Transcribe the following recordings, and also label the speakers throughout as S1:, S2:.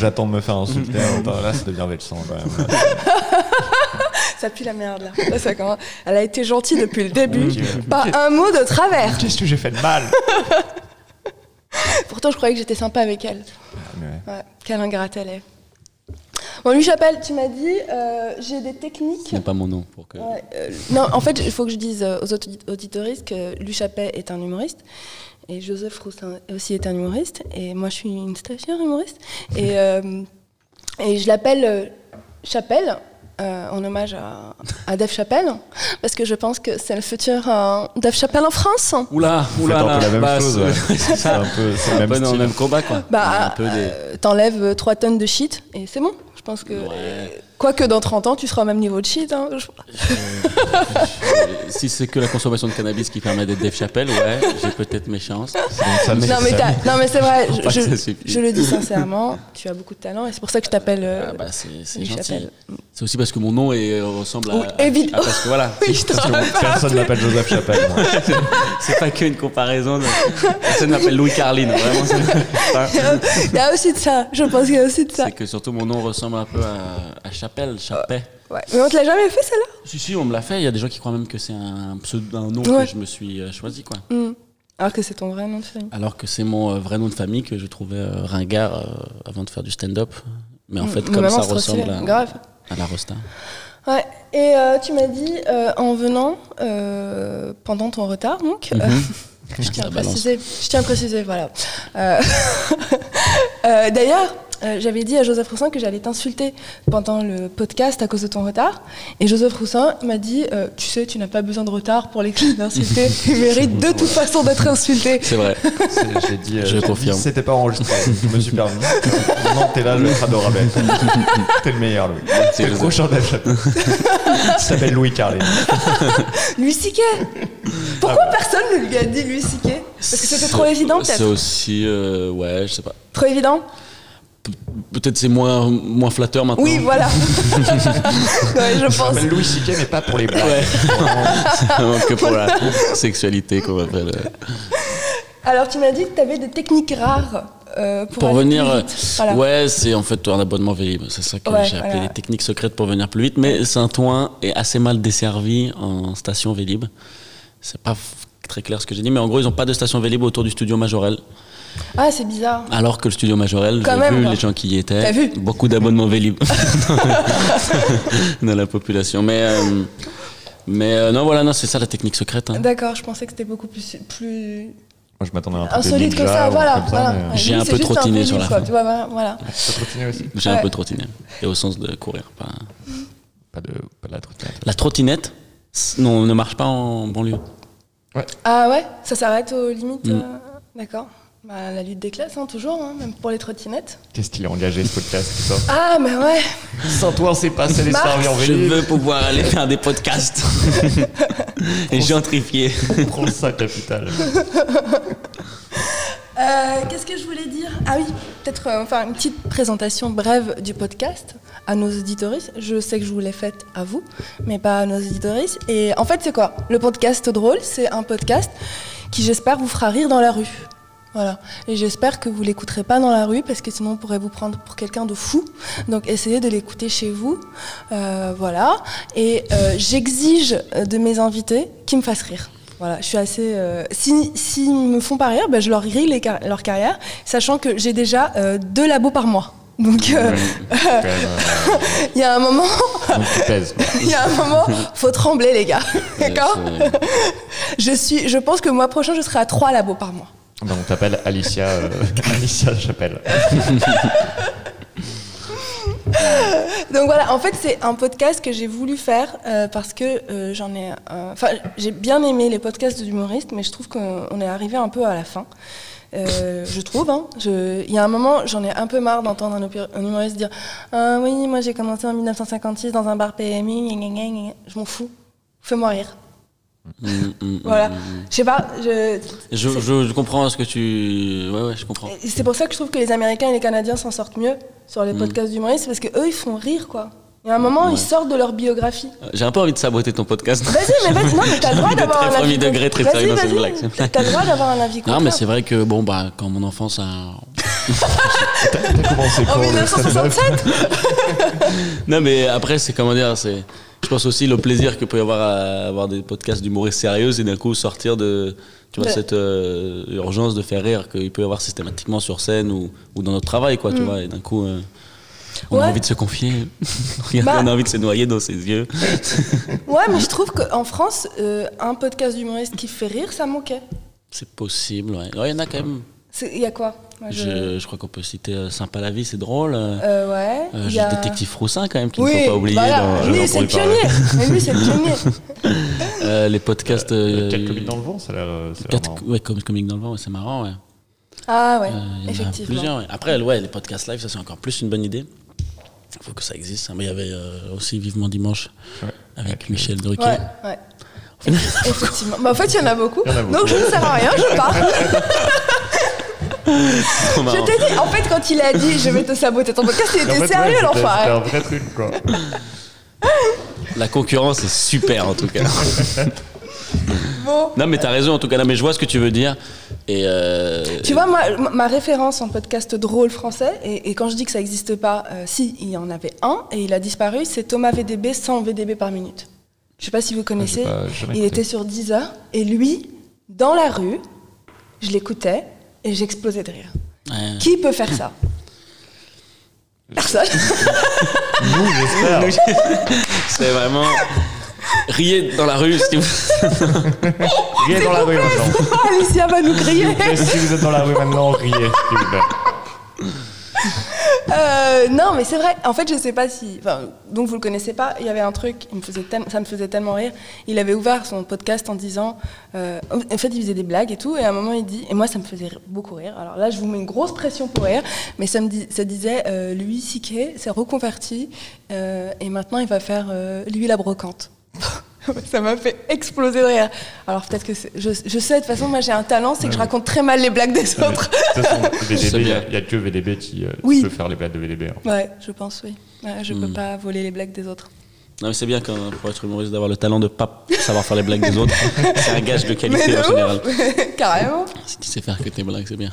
S1: J'attends de me faire insulter. Attends, là, ça devient vexant quand même.
S2: Ça pue la merde là. Ça, ça commence. Elle a été gentille depuis le début.
S1: Ok.
S2: Pas un mot de travers.
S1: Qu'est-ce que j'ai fait de mal
S2: Pourtant, je croyais que j'étais sympa avec elle.
S1: Mais-
S2: Ouais, quelle ingrate elle est. Bon, lui, j'appelle, tu m'as dit, euh, j'ai des techniques.
S3: Ce n'est pas mon nom. Pour que...
S2: Ouais, euh, non, en fait, il faut que je dise euh, aux audi- auditoristes que Louis Chappet est un humoriste et Joseph Roussin aussi est un humoriste et moi je suis une stagiaire humoriste et, euh, et je l'appelle euh, Chappelle euh, en hommage à, à Dave Chappelle parce que je pense que c'est le futur euh, Dave Chappelle en France.
S3: Oula,
S1: Faites
S3: oula,
S1: un peu la même
S3: bah,
S1: chose.
S3: c'est-
S1: ouais. C'est un peu c'est le
S3: un peu
S1: même
S3: dans le
S1: style.
S3: même combat quoi.
S2: Bah,
S3: un peu des...
S2: euh, t'enlèves 3 tonnes de shit et c'est bon. Je pense que
S3: Ouais.
S2: euh, quoique dans 30 ans tu seras au même niveau de shit. hein. Je-
S3: si c'est que la consommation de cannabis qui permet d'être Dave Chappelle, ouais, j'ai peut-être mes chances. Ah,
S1: Ça
S2: Non mais,
S1: ça-
S2: t'as- non, mais c'est vrai,
S3: Faut pas
S2: je,
S3: que
S2: je-
S3: ça suffise.
S2: je le dis sincèrement, tu as beaucoup de talent et c'est pour ça que je t'appelle. euh,
S3: Ah bah, c'est c'est
S2: Louis
S3: gentil.
S2: Chappelle.
S3: C'est aussi parce que mon nom est, euh, ressemble à.
S2: Oui, évidemment.
S3: à- parce que voilà,
S2: Oui, je te rappelle.
S1: Personne n'appelle Joseph Chapelle. moi.
S3: c'est pas qu'une comparaison. de- Personne m'appelle Louis Carline. Vraiment, c'est- enfin,
S2: Il y a aussi de ça, je pense qu'il y a aussi de ça.
S3: c'est que surtout mon nom ressemble un peu à, à Chapelle, Chappet.
S2: Ouais. Mais on te l'a jamais fait celle-là
S3: Si, si, on me l'a fait. Il y a des gens qui croient même que c'est un, pseudo, un nom
S2: Ouais.
S3: que je me suis euh, choisi, quoi.
S2: Hmm. Alors que c'est ton vrai nom de famille.
S3: Alors que c'est mon euh, vrai nom de famille que je trouvais euh, ringard euh, avant de faire du stand-up. Mais en fait,
S2: Mais
S3: comme
S2: Mm. Hmm. maman,
S3: ça
S2: c'est trop
S3: ressemble
S2: stylé.
S3: à,
S2: Grave.
S3: à la Rosta.
S2: Ouais. Et euh, tu m'as dit euh, en venant, euh, pendant ton retard donc, euh, je tiens à
S3: Mhm. La balance.
S2: préciser, je tiens à préciser, voilà. Euh, euh, D'ailleurs, euh, j'avais dit à Joseph Roussin que j'allais t'insulter pendant le podcast à cause de ton retard. Et Joseph Roussin m'a dit euh, Tu sais, tu n'as pas besoin de retard pour les clés d'insulter. Tu mérites de toute façon d'être insulté.
S3: C'est vrai.
S1: C'est- Je l'ai dit, euh,
S3: Je
S1: j'ai dit,
S3: confirme.
S1: C'était pas enregistré. Je me suis permis. Non, t'es là, je vais être adorable. T'es le meilleur, Louis. T'es le
S3: Joseph.
S1: prochain Dave Chappelle. Il s'appelle Louis Carlin.
S2: Lui Siquet
S3: Ah.
S2: Pourquoi personne ne lui a dit Lui Siquet Parce que c'était trop évident,
S3: C'est
S2: peut-être.
S3: aussi, euh, ouais, je sais pas.
S2: Trop évident
S3: Pe- Peut-être c'est moins, moins flatteur maintenant.
S2: Oui, voilà. ouais, je pense.
S1: s'appelle Louis Siquet, mais pas pour les blagues.
S3: Ouais. C'est vraiment que pour la sexualité qu'on appelle. euh.
S2: Alors, tu m'as dit que tu avais des techniques rares euh, pour,
S3: Pour
S2: aller
S3: venir,
S2: plus
S3: euh,
S2: vite. Voilà.
S3: ouais, c'est en fait un abonnement VI. C'est ça que
S2: Ouais,
S3: j'ai appelé
S2: voilà.
S3: les techniques secrètes pour venir plus vite. Mais Saint-Ouen est assez mal desservi en station Vélib. C'est pas f- très clair ce que j'ai dit, mais en gros, ils n'ont pas de station Vélib autour du studio Majorel.
S2: Ah, c'est bizarre.
S3: Alors que le studio Majorel,
S2: Quand
S3: j'ai
S2: même,
S3: vu
S2: quoi.
S3: les gens qui y étaient.
S2: T'as vu
S3: Beaucoup d'abonnements Vélib dans la population. Mais, euh, mais euh, non, voilà, non, c'est ça la technique secrète. hein.
S2: D'accord, je pensais que c'était beaucoup plus. plus...
S1: Moi, je m'attendais à un truc de
S2: Insolite
S1: ninja
S2: comme ça,
S1: ou
S2: voilà.
S1: comme
S2: voilà.
S1: mais, euh,
S2: Ouais,
S3: J'ai
S2: lui,
S3: un
S2: c'est
S3: peu
S2: juste
S3: trottiné
S2: peu
S3: sur la
S2: libre, quoi,
S3: fin.
S2: Tu vois, voilà, voilà.
S1: ça trottinait aussi.
S3: J'ai
S2: Ouais.
S3: un peu trottiné. Et au sens de courir. Pas...
S1: Pas de, pas de la trottinette.
S3: La trottinette s- non, ne marche pas en banlieue.
S2: Ah ouais Ça s'arrête aux limites
S3: Mm.
S2: euh, D'accord. Bah, la lutte des classes, hein, toujours, hein, même pour les trottinettes.
S1: Qu'est-ce qu'il est engagé, ce podcast tout ça.
S2: Ah, mais ouais
S1: Saint-Ouen, c'est pas c'est les
S2: Marc.
S1: servis en
S3: Je
S1: vélo.
S3: veux pouvoir aller faire des podcasts et gentrifier.
S1: Prends ça, capitale.
S2: Euh, Qu'est-ce que je voulais dire Ah oui, peut-être euh, enfin une petite présentation brève du podcast à nos auditoristes. Je sais que je vous l'ai faite à vous, mais pas à nos auditoristes. Et en fait, c'est quoi Le podcast drôle, c'est un podcast qui j'espère vous fera rire dans la rue. Voilà. Et j'espère que vous l'écouterez pas dans la rue parce que sinon on pourrait vous prendre pour quelqu'un de fou. Donc essayez de l'écouter chez vous. Euh, voilà. Et euh, j'exige euh, de mes invités qu'ils me fassent rire. Voilà, je suis assez. euh, si- S'ils me font pas rire, ben, je leur grille les car- leur carrière, sachant que j'ai déjà euh, deux labos par mois. Donc euh,
S1: Quand même, euh,
S2: il y a un moment,
S1: donc tu pèses. quoi.
S2: il y a un moment, faut trembler les gars, d'accord
S3: Euh, c'est-
S2: Je suis, je pense que le mois prochain, je serai à trois labos par mois.
S1: Ben, on t'appelle Alicia, euh, Alicia Chapelle.
S2: Donc voilà, en fait, c'est un podcast que j'ai voulu faire euh, parce que euh, j'en ai. euh, Enfin, j'ai bien aimé les podcasts d'humoristes, mais je trouve qu'on on est arrivé un peu à la fin. Euh, je trouve. hein. Je- Il y a un moment, j'en ai un peu marre d'entendre un, opé- un humoriste dire Ah Oui, moi j'ai commencé en 1956 dans un bar PMI, gna, gna, gna, gna, gna. je m'en fous. Fais-moi rire.
S3: Mm, mm, mm.
S2: Voilà. Je sais pas, je-
S3: Je, je- je comprends ce que tu. Ouais, ouais, je comprends.
S2: et c'est pour ça que je trouve que les Américains et les Canadiens s'en sortent mieux sur les podcasts d'humoristes parce que eux ils font rire, quoi. Il y a un moment,
S3: Ouais.
S2: ils sortent de leur biographie.
S3: J'ai un peu envie de saboter ton podcast.
S2: Vas-y, mais vas-y, non, mais t'as le droit
S3: envie
S2: d'avoir
S3: d'être
S2: un avis.
S3: premier degré, très
S2: Vas-y,
S3: sérieux dans cette
S2: vas-y,
S3: blague, s'il vous plaît.
S2: T'as le droit d'avoir un avis.
S3: Non,
S2: contraire.
S3: mais c'est vrai que, bon, bah, quand mon enfance a.
S1: T'as t'as commencé
S2: En
S1: quand le
S2: 1967
S3: Non, mais après, c'est comment dire, c'est. Je pense aussi le plaisir que peut y avoir à avoir des podcasts d'humoristes sérieux et d'un coup sortir de tu vois,
S2: Ouais.
S3: cette euh, urgence de faire rire qu'il peut y avoir systématiquement sur scène ou, ou dans notre travail, quoi, tu vois. Et d'un coup, euh, on
S2: Mm. Ouais.
S3: a envie de se confier, Regarde,
S2: Bah.
S3: on a envie de se noyer dans ses yeux.
S2: Ouais, mais je trouve qu'en France, euh, un podcast d'humoriste qui fait rire, ça manquait.
S3: C'est possible, ouais. Ouais, Il y en a quand même.
S2: C'est- Il y a quoi Moi,
S3: Je, je crois qu'on peut citer euh, Sympa la vie, c'est drôle. euh,
S2: Euh, ouais.
S3: euh,
S2: il y
S3: juste
S2: a-
S3: Détective Roussin, quand même, qu'il
S2: oui,
S3: ne faut pas oublier.
S2: voilà.
S3: dans-
S1: j'en
S2: Lui, c'est le
S1: pourrais pas.
S2: pionnier. Mais lui, c'est le pionnier.
S3: Euh, les podcasts. euh,
S1: Quatre comiques dans le vent, ça a l'air. euh, ça a l'air
S3: quatre-
S1: marrant.
S3: ouais, comme Comique dans le vent, ouais, c'est marrant, ouais.
S2: Ah ouais,
S3: Euh, il y en a
S2: effectivement.
S3: plusieurs, ouais. Après, ouais, les podcasts live, ça c'est encore plus une bonne idée. Il faut que ça existe. hein. Mais il y avait euh, aussi Vivement Dimanche
S1: Ouais.
S3: avec euh, Michel Drucker.
S2: Ouais, ouais. Effect- Effectivement. Mais en fait, il y en a beaucoup.
S1: Il y en a beaucoup.
S2: Donc, je ne sers à rien, je pars.
S3: Trop
S2: Je
S3: marrant.
S2: t'ai dit, en fait, quand il a dit je vais te saboter ton podcast, il
S1: En
S2: était
S1: fait, ouais,
S2: sérieux,
S1: c'était- C'était
S2: l'enfoiré.
S1: un vrai truc, quoi.
S3: La concurrence est super en tout cas.
S2: Bon.
S3: non, mais t'as raison en tout cas. Non, mais je vois ce que tu veux dire. Et euh,
S2: Tu vois, moi, ma- ma référence en podcast drôle français, et, et quand je dis que ça n'existe pas, euh, si, il y en avait un, et il a disparu, c'est Thomas VDB, 100 VDB par minute. Je sais pas si vous connaissez,
S1: pas- Ah, j'ai jamais
S2: il
S1: écouté.
S2: était sur 10 heures, et lui, dans la rue, je l'écoutais, et j'explosais de rire.
S3: ouais.
S2: Qui peut faire ça Personne.
S1: Nous, j'espère.
S3: c'est vraiment. Riez dans la rue. si vous-
S1: Riez dans la rue maintenant.
S2: Alicia va nous griller.
S1: Mais si vous êtes dans la rue maintenant, riez, s'il vous plaît.
S2: Euh, non, mais c'est vrai. En fait, je sais pas si. Enfin, donc vous le connaissez pas. Il y avait un truc. Il me faisait tel- ça me faisait tellement rire. Il avait ouvert son podcast en disant. euh, En fait, il faisait des blagues et tout. Et à un moment, il dit. Et moi, ça me faisait rire- beaucoup rire. Alors là, je vous mets une grosse pression pour rire. Mais ça me dit, ça disait. euh, lui, Siké, s'est reconverti euh, et maintenant, il va faire euh, lui la brocante. Ça m'a fait exploser de rire. Alors peut-être que c'est- je, je sais de toute façon, moi j'ai un talent, c'est que je raconte très mal les blagues des
S1: Non, mais,
S2: autres.
S1: De toute façon,
S3: C'est
S1: VDB, il y a-
S3: bien.
S1: il y, a que VDB qui, euh, qui
S2: Oui.
S1: peut faire les blagues de VDB. hein.
S2: Ouais, je pense oui. Ouais, je peux pas voler les blagues des autres.
S3: Non, mais c'est bien quand, pour être humoriste d'avoir le talent de pas savoir faire les blagues des autres. C'est un gage de qualité
S2: de
S3: en
S2: ouf
S3: général.
S2: Carrément.
S3: Si tu sais faire que tes blagues, c'est bien.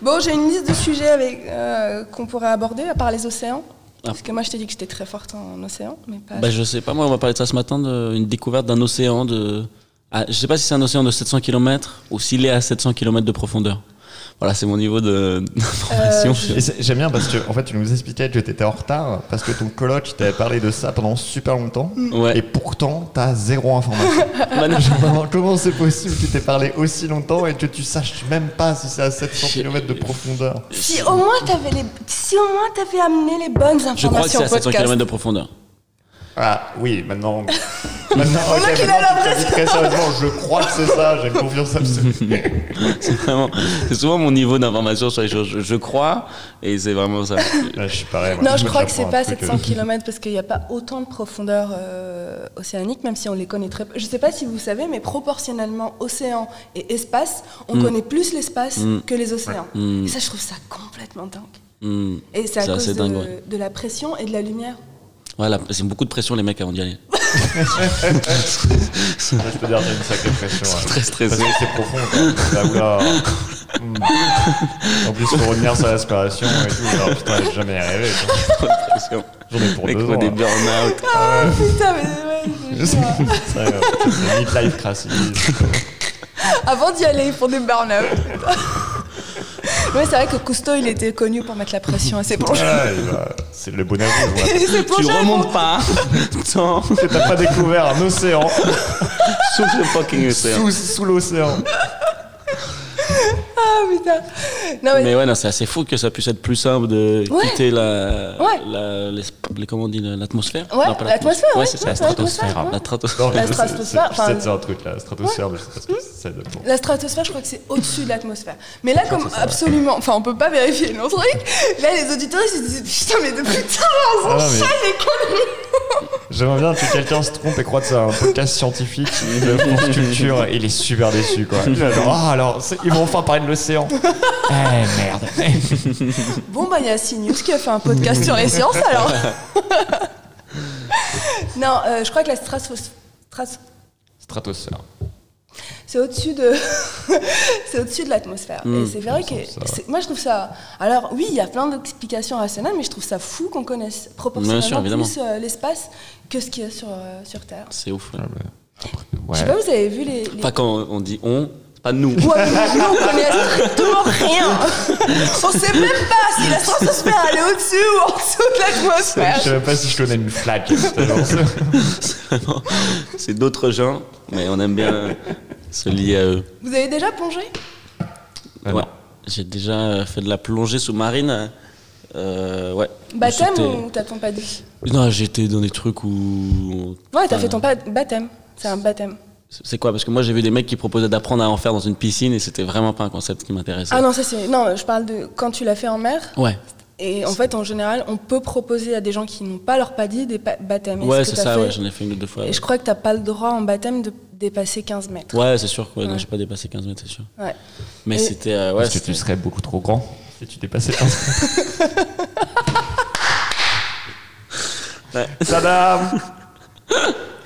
S2: Bon, j'ai une liste de sujets avec, euh, qu'on pourrait aborder, à part les océans.
S3: Ah.
S2: Parce que moi, je t'ai dit que j'étais très forte en océan, mais pas.
S3: Bah, je sais pas, moi on m'a parlé de ça ce matin, de- une découverte d'un océan de. ah, je sais pas si c'est un océan de 700 km ou s'il est à 700 km de profondeur. Euh, Voilà, c'est mon niveau de- d'information.
S1: Et c'est- J'aime bien parce que en fait, tu nous expliquais que tu étais en retard parce que ton coloc t'avait parlé de ça pendant super longtemps
S3: Ouais.
S1: et pourtant t'as zéro information. Genre, vraiment, comment c'est possible que t'aies parlé aussi longtemps et que tu saches même pas si c'est à 700 km de profondeur
S2: si au moins t'avais les, si au moins t'avais amené les bonnes informations
S3: je crois que c'est à
S2: au
S3: 700
S2: podcast.
S3: km de profondeur.
S1: Ah oui, maintenant. maintenant ok,
S2: qu'il
S1: maintenant, tu
S2: a l'impression.
S1: t'as dit Très sérieusement, je crois que c'est ça, j'ai confiance absolue.
S3: C'est vraiment, c'est souvent mon niveau d'information sur les choses. Je, je crois, et c'est vraiment ça.
S1: Là, je suis pareil. moi,
S2: Non, je crois que
S1: j'apprends
S2: c'est
S1: un
S2: pas
S1: truc,
S2: 700
S1: euh,
S2: km parce qu'il n'y a pas autant de profondeur euh, océanique, même si on les connaît très peu. Je sais pas si vous savez, mais proportionnellement océan et espace, on
S3: Hmm.
S2: connaît plus l'espace que les océans. Et ça, je trouve ça complètement dingue.
S3: Hmm.
S2: Et c'est à
S3: C'est
S2: cause
S3: assez
S2: de,
S3: dingue, ouais.
S2: de la pression et de la lumière.
S3: Voilà, c'est beaucoup de pression les mecs avant d'y aller.
S1: Je peux dire, j'ai une sacrée pression. ouais.
S3: Très
S1: Parce
S3: stressé.
S1: que c'est profond, quoi. Là, oula. Hmm. En plus, pour revenir sur l'aspiration et tout, alors putain, j'ai jamais rêvé. quoi.
S3: Trop de pression.
S1: J'en ai pour
S3: Mec,
S1: deux
S3: faut
S1: ans. hein.
S3: des burn-out.
S2: Putain, mais ouais, je- hein. je-
S1: Ça, euh, C'est midlife crisis.
S2: Avant d'y aller, ils font des burn-out. ouais, c'est vrai que Cousteau, il était connu pour mettre la pression à ses plongeurs.
S1: Ouais, et bah, c'est le bonheur. ouais.
S2: Ses
S3: Tu
S2: plongeurs, ils
S3: remontes pas. Tant.
S1: Que T'as pas découvert un océan
S3: Sous le fucking océan.
S1: sous, sous l'océan.
S2: font- Ah, putain. Non, mais,
S3: Mais ouais, non, c'est assez fou que ça puisse être plus simple de
S2: Ouais.
S3: quitter la,
S2: Ouais.
S3: la- les- les- comment on dit, la- l'atmosphère.
S2: Ouais,
S3: Non, pas
S2: l'atmosphère,
S3: Ouais,
S2: ouais,
S3: c'est ça,
S2: ouais,
S3: la stratosphère.
S2: l'atmosphère,
S3: La stratosphère.
S1: Non, mais
S2: La
S1: c'est-
S2: stratosphère,
S1: c'est-
S2: enfin- Hmm
S1: c'est- C'est un truc là, la stratosphère, mais je sais pas ce que c'est de bon.
S2: la stratosphère, je crois que c'est au-dessus de l'atmosphère. Mais là, comme
S1: c'est ça, ouais.
S2: absolument. Enfin, on peut pas vérifier nos trucs. Là, les auditeurs, ils se disent Putain, mais de putain, on
S1: Ah, mais-
S2: enchaîne les conneries.
S1: J'aimerais bien que quelqu'un se trompe et croit que c'est un podcast scientifique de France Culture et il est super déçu quoi. Il va dire, Ah alors, c'est- ils vont enfin parler de l'océan. Eh merde.
S2: Bon, bah, il y a CNews qui a fait un podcast sur les sciences, alors. non, euh, je crois que la stratos- stras-
S1: Stratosphère.
S2: c'est au-dessus de, c'est au-dessus de l'atmosphère.
S3: Mm.
S2: Et c'est vrai que,
S1: sens ça, ouais.
S2: c'est- moi je trouve ça. Alors oui, il y a plein d'explications rationnelles, mais je trouve ça fou qu'on connaisse proportionnellement
S3: Bien sûr, évidemment.
S2: plus euh, l'espace que ce qu'il y a sur euh, sur Terre.
S3: C'est ouf. ouais.
S2: Je sais pas, vous avez vu les. les-
S3: Enfin, quand on dit on, c'est pas nous.
S2: Ouais, mais nous, on connaît strictement rien. On sait même pas si la stratosphère elle est au-dessus ou en dessous de
S1: Je sais
S2: l'atmosphère.
S1: même pas si je connais une flaque. c'est genre ça.
S3: Vraiment, c'est d'autres gens, mais on aime bien se lier à eux.
S2: Vous avez déjà plongé
S1: Ah
S3: ouais.
S1: non.
S3: J'ai déjà euh, fait de la plongée sous-marine. euh, ouais.
S2: Baptême
S3: J'étais-
S2: Bah, ou t'as ton paddy
S3: Non, j'étais dans des trucs où.
S2: Ouais, t'as fait ton pa- baptême. C'est un baptême.
S3: C'est quoi Parce que moi j'ai vu des mecs qui proposaient d'apprendre à en faire dans une piscine et c'était vraiment pas un concept qui m'intéressait.
S2: Ah non, ça c'est. Non, je parle de quand tu l'as fait en mer.
S3: Ouais.
S2: Et en fait, en général, on peut proposer à des gens qui n'ont pas leur paddy des pa- baptêmes. Est-ce
S3: Ouais,
S2: que
S3: c'est
S2: t'as
S3: ça,
S2: fait-
S3: ouais, j'en ai fait une ou deux fois.
S2: Et
S3: ouais.
S2: je crois que t'as pas le droit en baptême de dépasser 15 mètres.
S3: Ouais, c'est sûr, que ouais, non,
S2: Ouais.
S3: j'ai pas dépassé 15 mètres, c'est sûr.
S2: Ouais.
S3: Mais
S2: Et-
S3: c'était. euh, ouais,
S1: Parce que tu
S3: c'était-
S1: serais beaucoup trop grand si tu dépassais un.
S3: Ouais.
S1: Tadam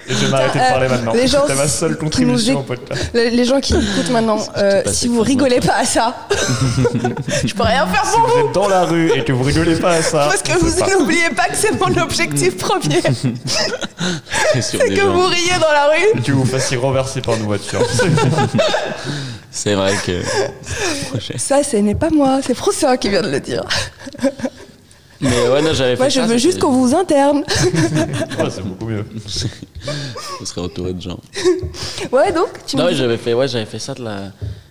S1: Et je vais m'arrêter de
S2: euh,
S1: parler maintenant.
S2: les gens
S1: C'était ma seule
S2: qui nous
S1: contribution au
S2: éc-
S1: podcast.
S2: Les les gens qui écoutent maintenant, euh,
S3: passé
S2: si vous
S3: pour
S2: rigolez pas à ça, je peux rien faire pour
S1: Vous
S2: vous.
S1: êtes dans la rue et que vous rigolez pas à ça.
S2: Parce que
S1: on sait
S2: vous
S1: pas.
S2: n'oubliez pas que c'est mon objectif premier, c'est
S3: C'est sur des
S2: que
S3: gens.
S2: vous riez dans la rue.
S1: que vous fassiez renverser par une voiture.
S3: C'est vrai que.
S2: Ça, ce n'est pas moi, c'est François qui vient de le dire.
S3: Mais ouais, non, j'avais fait
S2: Moi, je
S3: ça,
S2: veux juste
S3: c'était-
S2: qu'on vous interne.
S1: Ouais, c'est beaucoup mieux.
S3: On serait entouré de gens.
S2: Ouais, donc, tu
S3: Non,
S2: me
S3: ouais,
S2: dis-
S3: j'avais fait, ouais, j'avais fait ça de la.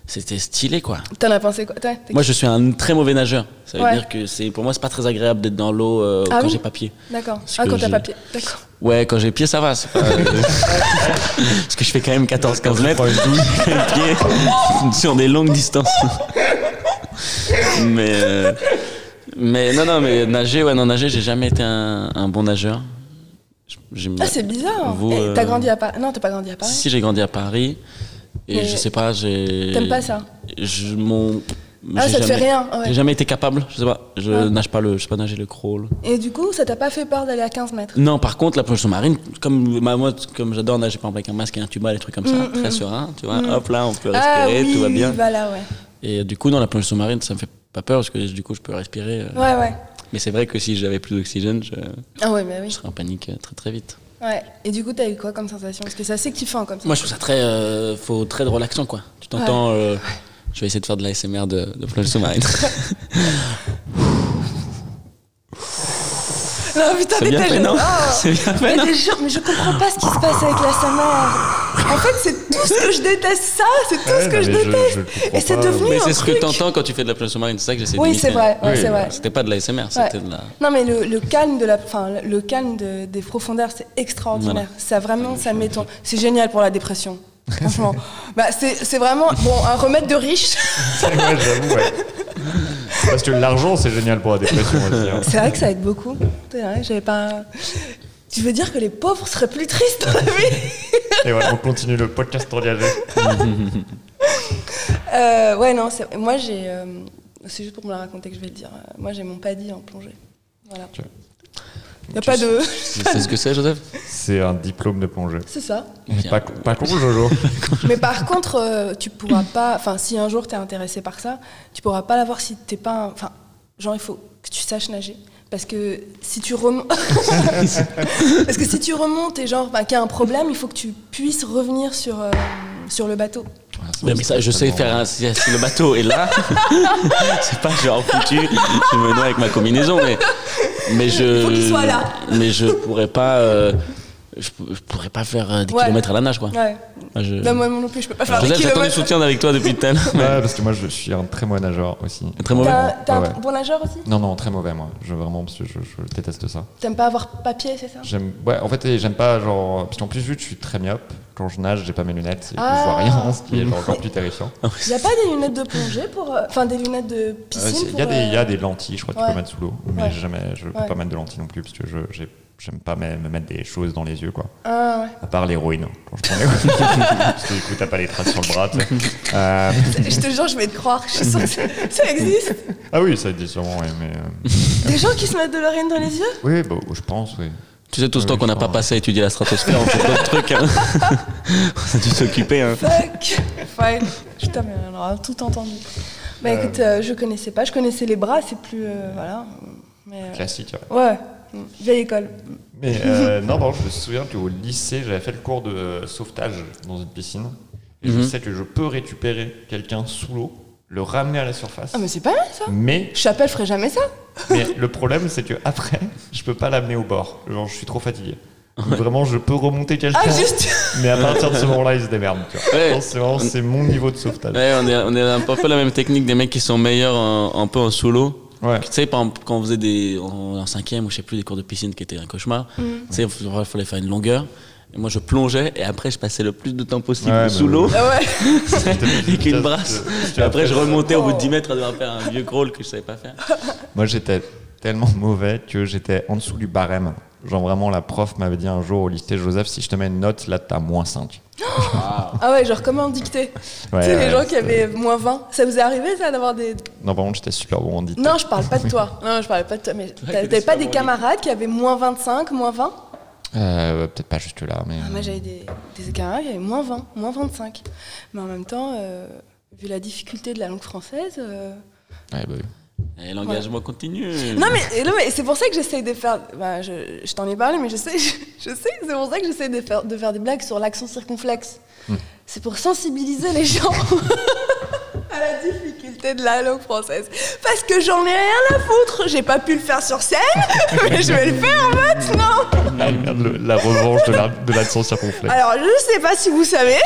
S3: C'était stylé, quoi.
S2: T'en as pensé quoi T'as- t'es-
S3: Moi, je suis un très mauvais nageur. Ça veut
S2: Ouais.
S3: dire que c'est, pour moi, c'est pas très agréable d'être dans l'eau euh,
S2: Ah
S3: quand
S2: oui
S3: j'ai pas pied.
S2: D'accord.
S3: Parce
S2: Ah,
S3: que
S2: quand t'as
S3: je-
S2: pas pied. D'accord.
S3: Ouais, quand j'ai pied, ça va. c'est pas- Parce que je fais quand même 14-15 mètres. pied sur des longues distances. mais, euh, mais non, non, mais nager, ouais, non, nager, j'ai jamais été un, un bon nageur. Je- j'aime
S2: Ah,
S3: bien-
S2: c'est bizarre.
S3: Vous,
S2: Et
S3: euh,
S2: T'as grandi à Paris Non, t'as pas grandi à Paris.
S3: Si j'ai grandi à Paris, et
S2: Mais
S3: je sais pas, j'ai.
S2: t'aimes pas ça
S3: Je mon.
S2: Ah,
S3: j'ai
S2: ça te fait
S3: jamais-
S2: rien, ouais.
S3: J'ai jamais été capable, je sais pas. Je
S2: Ah.
S3: nage pas le, je sais pas nager le crawl.
S2: Et du coup, ça t'a pas fait peur d'aller à 15 mètres
S3: Non, par contre, la plonge sous-marine, comme ma moi, comme j'adore nager par exemple avec un masque et un tuba, les trucs comme ça, très serein, tu vois. Hop là, on peut respirer,
S2: Mm, Ah oui,
S3: tout va bien.
S2: oui, voilà, ouais.
S3: Et euh, du coup, dans la plonge sous-marine, ça me fait pas peur parce que du coup, je peux respirer. euh.
S2: Ouais, ouais.
S3: Mais c'est vrai que si j'avais plus d'oxygène, je,
S2: Ah ouais, bah oui.
S3: je serais en panique euh, très très vite.
S2: Ouais. Et du coup, t'as eu quoi comme sensation Parce que c'est assez kiffant comme ça.
S3: Moi, je trouve ça très, euh, faut très relaxant, quoi. Tu t'entends. euh, je vais essayer de faire de l'ASMR de, de plonge sous-marine.
S2: Non, putain,
S3: c'est
S2: mais
S3: bien
S2: t'as-
S3: fait, non
S2: Oh.
S3: C'est bien fait,
S2: Mais
S3: non
S2: des gens- mais je comprends pas ce qui se passe avec la Samar. En fait, c'est tout ce que je déteste, ça, c'est tout
S1: Ouais,
S2: ce que
S1: non,
S2: je
S1: mais je-
S2: déteste.
S1: je le comprends
S2: Et c'est
S1: pas.
S2: devenu
S3: Mais
S2: un
S3: c'est ce que
S2: truc.
S3: t'entends quand tu fais de la plonge sous-marine, c'est ça que j'essaie de
S2: Oui,
S3: d'imiter.
S2: c'est vrai,
S1: Oui,
S2: ouais, c'est vrai.
S3: C'était pas de l'ASMR, c'était
S2: Ouais.
S3: de la.
S2: Non, mais le, le calme de la, enfin, le calme de- des profondeurs, c'est extraordinaire.
S3: Voilà.
S2: Ça vraiment, ça met ton- c'est génial pour la dépression. Franchement, bah, c'est c'est vraiment bon un remède de riche.
S1: ouais, j'avoue, ouais. Parce que l'argent, c'est génial pour la dépression aussi. hein.
S2: C'est vrai que ça aide beaucoup. C'est vrai, j'avais pas. Tu veux dire que les pauvres seraient plus tristes dans la vie
S1: Et voilà, on continue le podcast engagé.
S2: Euh, Ouais, non, c'est- moi j'ai. euh, C'est juste pour me la raconter que je vais le dire. Euh, Moi j'ai mon paddy en plongée. Voilà.
S1: Tu-
S2: Y a pas de.
S3: Tu sais ce que c'est, Joseph
S1: C'est un diplôme de plongée.
S2: C'est ça.
S1: Pas, pas con, Jojo.
S2: Mais par contre, euh, tu pourras pas. Enfin, si un jour t'es intéressé par ça, tu pourras pas l'avoir si t'es pas. un- Enfin, genre, il faut que tu saches nager. Parce que si tu remontes. Parce que si tu remontes et genre, ben, qu'il y a un problème, il faut que tu puisses revenir sur, euh, sur le bateau.
S3: Mais, mais ça, je sais faire un, si, si le bateau est là, c'est pas genre foutu, je me noie avec ma combinaison, mais, mais je.
S2: Faut qu'il soit là.
S3: Mais je pourrais pas. euh, je, je pourrais pas faire euh, des
S2: Ouais.
S3: kilomètres à la nage, quoi.
S2: Ouais.
S3: Moi,
S1: Euh,
S3: je-
S2: Non, moi non plus, je peux pas faire des
S3: Joseph, j'attends du
S2: kilomètres.
S3: soutien avec toi depuis tout à l'heure. mais-
S1: Ouais, parce que moi, je suis un très mauvais nageur aussi.
S3: Très mauvais.
S2: T'es un, t'es un Ah.
S1: Ouais, ouais.
S2: bon nageur aussi
S1: Non, non, très mauvais, moi. Je, vraiment, parce que je, je déteste ça.
S2: T'aimes pas avoir papier, c'est ça
S1: J'aime, ouais, en fait, et j'aime pas, genre, parce qu'en plus, vu que je suis très myope, quand je nage, j'ai pas mes lunettes, et que je vois
S2: Ah.
S1: rien, ce qui est genre, encore plus terrifiant.
S3: Ah,
S2: Y a pas des lunettes de plongée pour. euh, Enfin, des lunettes de piscine
S1: Il
S2: pour,
S1: y, a des- y
S2: euh,
S1: a des lentilles, je crois, que tu
S2: ouais.
S1: peux mettre sous l'eau. Mais
S2: Ouais.
S1: jamais, je peux
S2: Ouais.
S1: pas mettre de lentilles non plus, parce que je, j'ai- j'aime pas me me mettre des choses dans les yeux, quoi.
S2: Ah, ouais.
S1: À part l'héroïne, hein, quand je prends l'héroïne. parce que du coup, t'as pas les traces sur le bras, tu sais. Euh,
S2: Je te jure, je vais te croire. Je suis sûre que ça, ça existe.
S1: Ah oui, ça dit sûrement, oui, mais. euh,
S2: Des gens qui se mettent de l'orine dans les yeux
S1: oui, bah, je pense, oui.
S3: Tu sais, tout ce
S1: Oui,
S3: temps qu'on n'a
S1: je
S3: pas
S1: crois.
S3: passé à étudier la stratosphère, on fait d'autres trucs. hein. on a dû s'occuper. hein.
S2: Fuck Ouais, putain, mais on aura hein, tout entendu. Bah
S1: Euh.
S2: écoute, euh, je connaissais pas, je connaissais les bras, c'est plus. euh, voilà. Mais, euh,
S1: Classique. ouais.
S2: ouais, mm, vieille école.
S1: Mais euh, non, par contre, je me souviens qu'au lycée, j'avais fait le cours de euh, sauvetage dans une piscine. Et je
S3: Mhm.
S1: sais que je peux récupérer quelqu'un sous l'eau, le ramener à la surface.
S2: Ah, mais c'est pas mal ça
S1: Mais,
S2: Chapelle ferait jamais ça
S1: mais le problème, c'est que après, je peux pas l'amener au bord. Genre, je suis trop fatigué. Donc, Vraiment, je peux remonter quelqu'un.
S2: Ah, juste
S1: Mais à partir de ce moment-là, ils se démerdent. tu vois.
S3: Ouais.
S1: Je pense que C'est vraiment c'est mon niveau de sauvetage.
S3: Ouais, on est, on est un peu un peu la même technique des mecs qui sont meilleurs en- un peu en solo.
S1: Ouais.
S3: Tu sais, par exemple, quand on faisait des, en, en cinquième ou je sais plus, des cours de piscine qui étaient un cauchemar,
S2: Mm.
S3: tu sais, il fallait faire une longueur. Et moi, je plongeais et après, je passais le plus de temps possible
S1: Ouais,
S3: sous
S1: bah,
S3: l'eau
S2: Ah ouais
S3: avec une brasse. Et après, je remontais au bout de
S2: Oh.
S3: 10 mètres à devoir faire un vieux crawl que je savais pas faire.
S1: Moi, j'étais tellement mauvais que j'étais en dessous du barème. Genre, vraiment, la prof m'avait dit un jour au lycée Joseph, si je te mets une note, là, t'as moins 5.
S2: Ah ouais, genre comment dicter Tu sais, les gens qui avaient moins 20, ça vous est arrivé ça d'avoir des.
S1: Non, par contre, j'étais super bon en dictée.
S2: Non, je parle pas de toi. Non, je parlais pas de toi, mais
S3: que
S2: t'avais
S3: des
S2: pas des
S3: super
S2: camarades qui avaient moins 25, moins 20
S1: Euh, Peut-être pas jusque-là, mais.
S2: Ah, Moi, j'avais des, des camarades qui avaient moins 20, moins 25. Mais en même temps, euh, vu la difficulté de la langue française. euh,
S1: Ouais, bah oui.
S3: Et l'engagement continue.
S2: Non mais, et non, mais c'est pour ça que j'essaye de faire. bah, je je t'en ai parlé, mais je sais, je, je sais. C'est pour ça que j'essaye de faire, de faire des blagues sur l'accent circonflexe.
S1: Hmm.
S2: C'est pour sensibiliser les gens à la difficulté de la langue française. Parce que j'en ai rien à foutre. J'ai pas pu le faire sur scène, mais je vais le faire maintenant.
S1: Ah, merde, le- la revanche de la- de l'accent la, circonflexe.
S2: Alors je sais pas si vous savez,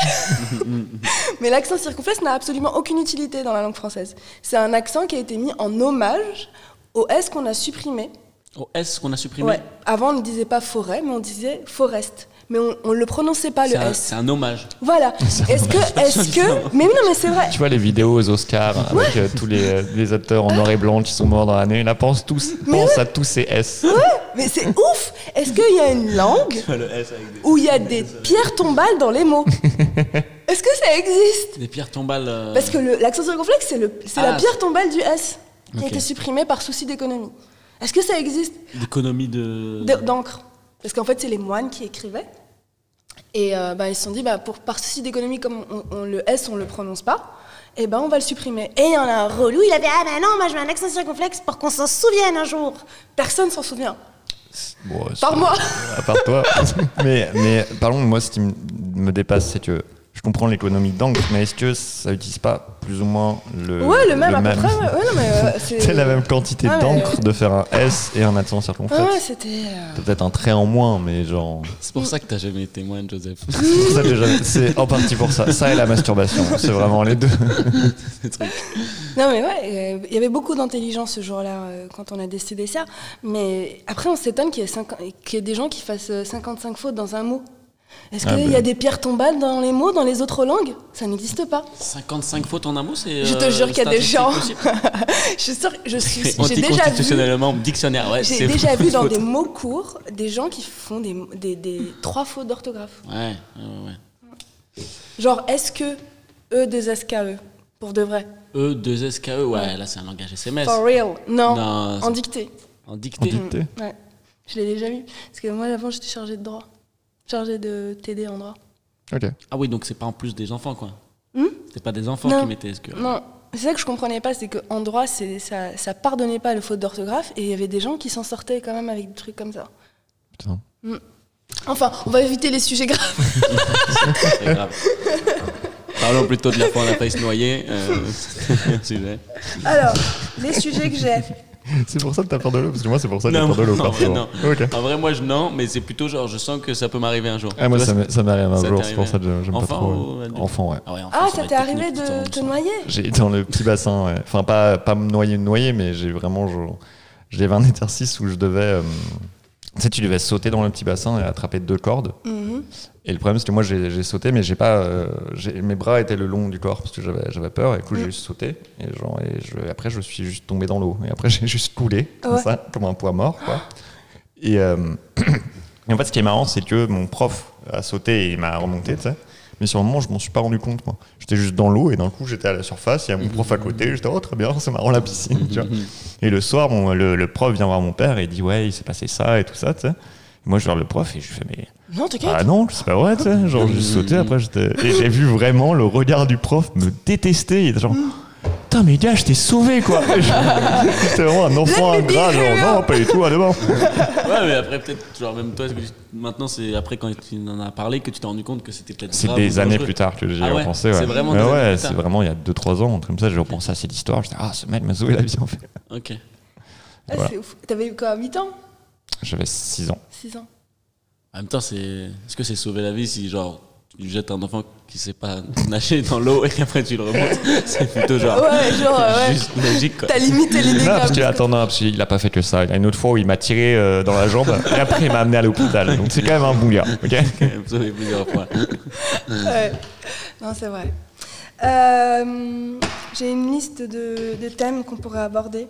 S2: mais l'accent circonflexe n'a absolument aucune utilité dans la langue française. C'est un accent qui a été mis en hommage au S qu'on a supprimé.
S3: Au S qu'on a supprimé,
S2: Ouais. Avant, on ne disait pas forêt, mais on disait forest. Mais on ne le prononçait pas, Ah, le
S3: c'est un,
S2: S.
S3: c'est un hommage.
S2: Voilà. Est-ce que, est-ce que... Mais oui, non, mais c'est vrai.
S1: Tu vois les vidéos aux Oscars avec euh, tous les, euh, les acteurs en noir et blanc qui sont morts dans l'année. Là, pense, tous, pense à tous ces S.
S2: Mais c'est ouf. Est-ce qu'il y a une langue
S3: Le S avec des,
S2: où il y a des pierres tombales dans les mots Est-ce que ça existe
S3: des pierres tombales. euh,
S2: Parce que le- l'accent circonflexe, c'est, le, c'est la
S3: Ah,
S2: pierre tombale du S qui
S3: Ok.
S2: a été supprimée par souci d'économie. Est-ce que ça existe
S3: D'économie de.
S2: D- d'encre. Parce qu'en fait, c'est les moines qui écrivaient. Et euh, bah, ils se sont dit, bah, pour, par souci d'économie, comme on, on- le S, on le prononce pas, et ben on va le supprimer.
S4: Et il y en a un relou, il avait Ah bah non, moi je mets un accent circonflexe pour qu'on s'en souvienne un jour.
S2: Personne s'en souvient.
S1: Bon, euh,
S2: Par
S1: c'est-
S2: moi.
S1: à part toi. mais, mais parlons, moi, ce qui me- me dépasse, c'est que je comprends l'économie d'encre, mais est-ce que ça n'utilise pas plus ou moins le,
S2: ouais, le même, à peu près. ouais. Ouais, non, mais, euh, c'est...
S1: C'est la même quantité
S2: Ah ouais.
S1: d'encre de faire un S et un accent
S2: Ah
S1: circonflexe.
S2: ouais, c'était. euh,
S1: T'as Peut-être un trait en moins, mais genre.
S3: C'est pour ça que t'as jamais été moine, Joseph.
S1: ça, déjà, C'est en partie pour ça. Ça et la masturbation, c'est vraiment les deux.
S3: Ces trucs.
S2: Non, mais ouais, euh, il y avait beaucoup d'intelligence ce jour-là euh, quand on a décidé ça. Mais après, on s'étonne qu'il y, ait 50 qu'il y ait des gens qui fassent euh, 55 fautes dans un mot. Est-ce
S1: Ah
S2: qu'il y
S3: ben.
S1: bah.
S2: a des pierres tombales dans les mots, dans les autres langues Ça n'existe pas.
S3: 55 fautes en un mot, c'est.
S2: Je te
S3: euh,
S2: jure qu'il y a des
S3: statistique
S2: gens.
S3: possible.
S2: Je suis sûre, je suis,
S3: C'est
S2: j'ai déjà vu,
S3: anticonstitutionnellement dictionnaire, ouais.
S2: j'ai
S3: c'est
S2: déjà
S3: faute.
S2: vu dans des mots courts des gens qui font des, des, des trois fautes d'orthographe.
S3: Ouais, ouais, ouais, ouais.
S2: Genre, est-ce que E des SKE pour de vrai
S3: E, 2 SKE, ouais, là c'est un langage SMS.
S2: For real Non,
S3: Non,
S2: en
S3: c'est-
S2: dictée.
S3: En
S1: En
S3: dictée.
S1: dictée.
S2: Mm, Ouais, je l'ai déjà vu. Parce que moi, avant, j'étais chargée de droit. Chargée de TD en droit.
S1: Ok.
S3: Ah oui, donc c'est pas en plus des enfants, quoi.
S2: Hmm
S3: c'est pas des enfants
S2: Non.
S3: qui mettaient hein, SKE.
S2: Non, c'est ça que je comprenais pas, c'est qu'en droit, c'est- ça, ça pardonnait pas le faute d'orthographe et il y avait des gens qui s'en sortaient quand même avec des trucs comme ça. Mm.
S1: Putain.
S2: Enfin, on va éviter les sujets graves.
S3: C'est très grave. Parlons plutôt de la fois où on a failli se noyer. euh, c'est un sujet.
S2: Alors, les sujets que j'ai.
S1: C'est pour ça que t'as peur de l'eau, parce que moi, c'est pour ça que
S3: Non,
S1: j'ai peur de l'eau.
S3: en vrai,
S1: parfois.
S3: non.
S1: Ok.
S3: En vrai, moi je non, mais c'est plutôt genre je sens que ça peut m'arriver un jour.
S1: Ah, moi,
S3: Tu vois,
S1: ça m'est- ça m'arrive un
S3: ça
S1: jour,
S3: t'est
S1: c'est pour ça
S3: arrivé
S1: que j'aime pas
S3: Enfant
S1: trop.
S3: ou adulte
S1: Enfant, ouais.
S3: Ah, ouais, enfant,
S2: Ah,
S3: ça
S2: ça
S3: va
S2: t'est
S3: être
S2: arrivé
S3: technique,
S2: de te
S3: tout le temps.
S2: noyer
S1: J'ai dans le petit bassin, ouais. enfin pas, pas me noyer, me noyer, mais j'ai vraiment, je- j'avais un exercice où je devais, euh, tu sais, tu devais sauter dans le petit bassin et attraper deux cordes.
S2: Mhm.
S1: Et le problème, c'est que moi, j'ai j'ai sauté, mais j'ai pas, euh, j'ai- mes bras étaient le long du corps parce que j'avais j'avais peur. Et du coup, j'ai juste sauté. Et, genre, et je- après, je suis juste tombé dans l'eau. Et après, j'ai juste coulé comme
S2: Ouais.
S1: ça, comme un poids mort, quoi. Et, euh, et en fait, ce qui est marrant, c'est que mon prof a sauté et il m'a remonté, tu sais. Mais sur le moment, je m'en suis pas rendu compte, moi. J'étais juste dans l'eau et d'un coup, j'étais à la surface. Il y a mon prof à côté. J'étais, oh, très bien, c'est marrant la piscine, tu vois. Et le soir, bon, le, le prof vient voir mon père et dit, ouais, il s'est passé ça et tout ça, tu sais. Et Moi, je vais voir le prof et je lui fais, mais
S2: Non, t'inquiète.
S1: Ah non, c'est pas vrai, tu sais. Genre, j'ai sauté, après, j'étais. Et j'ai vu vraiment le regard du prof me détester. Il était genre. Putain, mais gars, je t'ai sauvé, quoi. C'était vraiment un enfant
S2: Let me be
S1: ingrat,
S2: here.
S1: genre, non, pas du tout, allez, bon.
S3: Ouais, mais après, peut-être, genre, même toi, maintenant, c'est après quand tu en as parlé que tu t'es rendu compte que c'était peut-être.
S1: C'est
S3: grave
S1: des
S3: ou
S1: années
S3: dangereux.
S1: plus tard que j'y ai
S3: Ah ouais,
S1: repensé.
S3: c'est vraiment
S1: Ouais,
S3: des années
S1: ouais,
S3: plus
S1: c'est
S3: tard.
S1: vraiment il y a 2-3 ans, comme ça, j'ai repensé à cette histoire. J'étais, ah, ce mec m'a sauvé la vie, en fait.
S3: Ok.
S2: Ah,
S1: Voilà.
S2: c'est ouf. T'avais eu quoi 8 ans
S1: J'avais 6 ans.
S2: 6 ans
S3: En même temps, c'est. Est-ce que c'est sauver la vie si, genre, tu jettes un enfant qui sait pas nager dans l'eau et qu'après tu le remontes C'est plutôt genre.
S2: Ouais, genre, euh, ouais.
S3: Juste logique, quoi.
S2: T'as limité les
S1: Non,
S2: dégâts.
S1: Ah. parce que, attends, non, parce qu'il a pas fait que ça. Il y a une autre fois où il m'a tiré euh, dans la jambe, et après, il m'a amené à l'hôpital. Donc, c'est quand même un bon gars, ok
S3: Vous avez plusieurs fois.
S2: Ouais. Non, c'est vrai. Euh, J'ai une liste de, de thèmes qu'on pourrait aborder.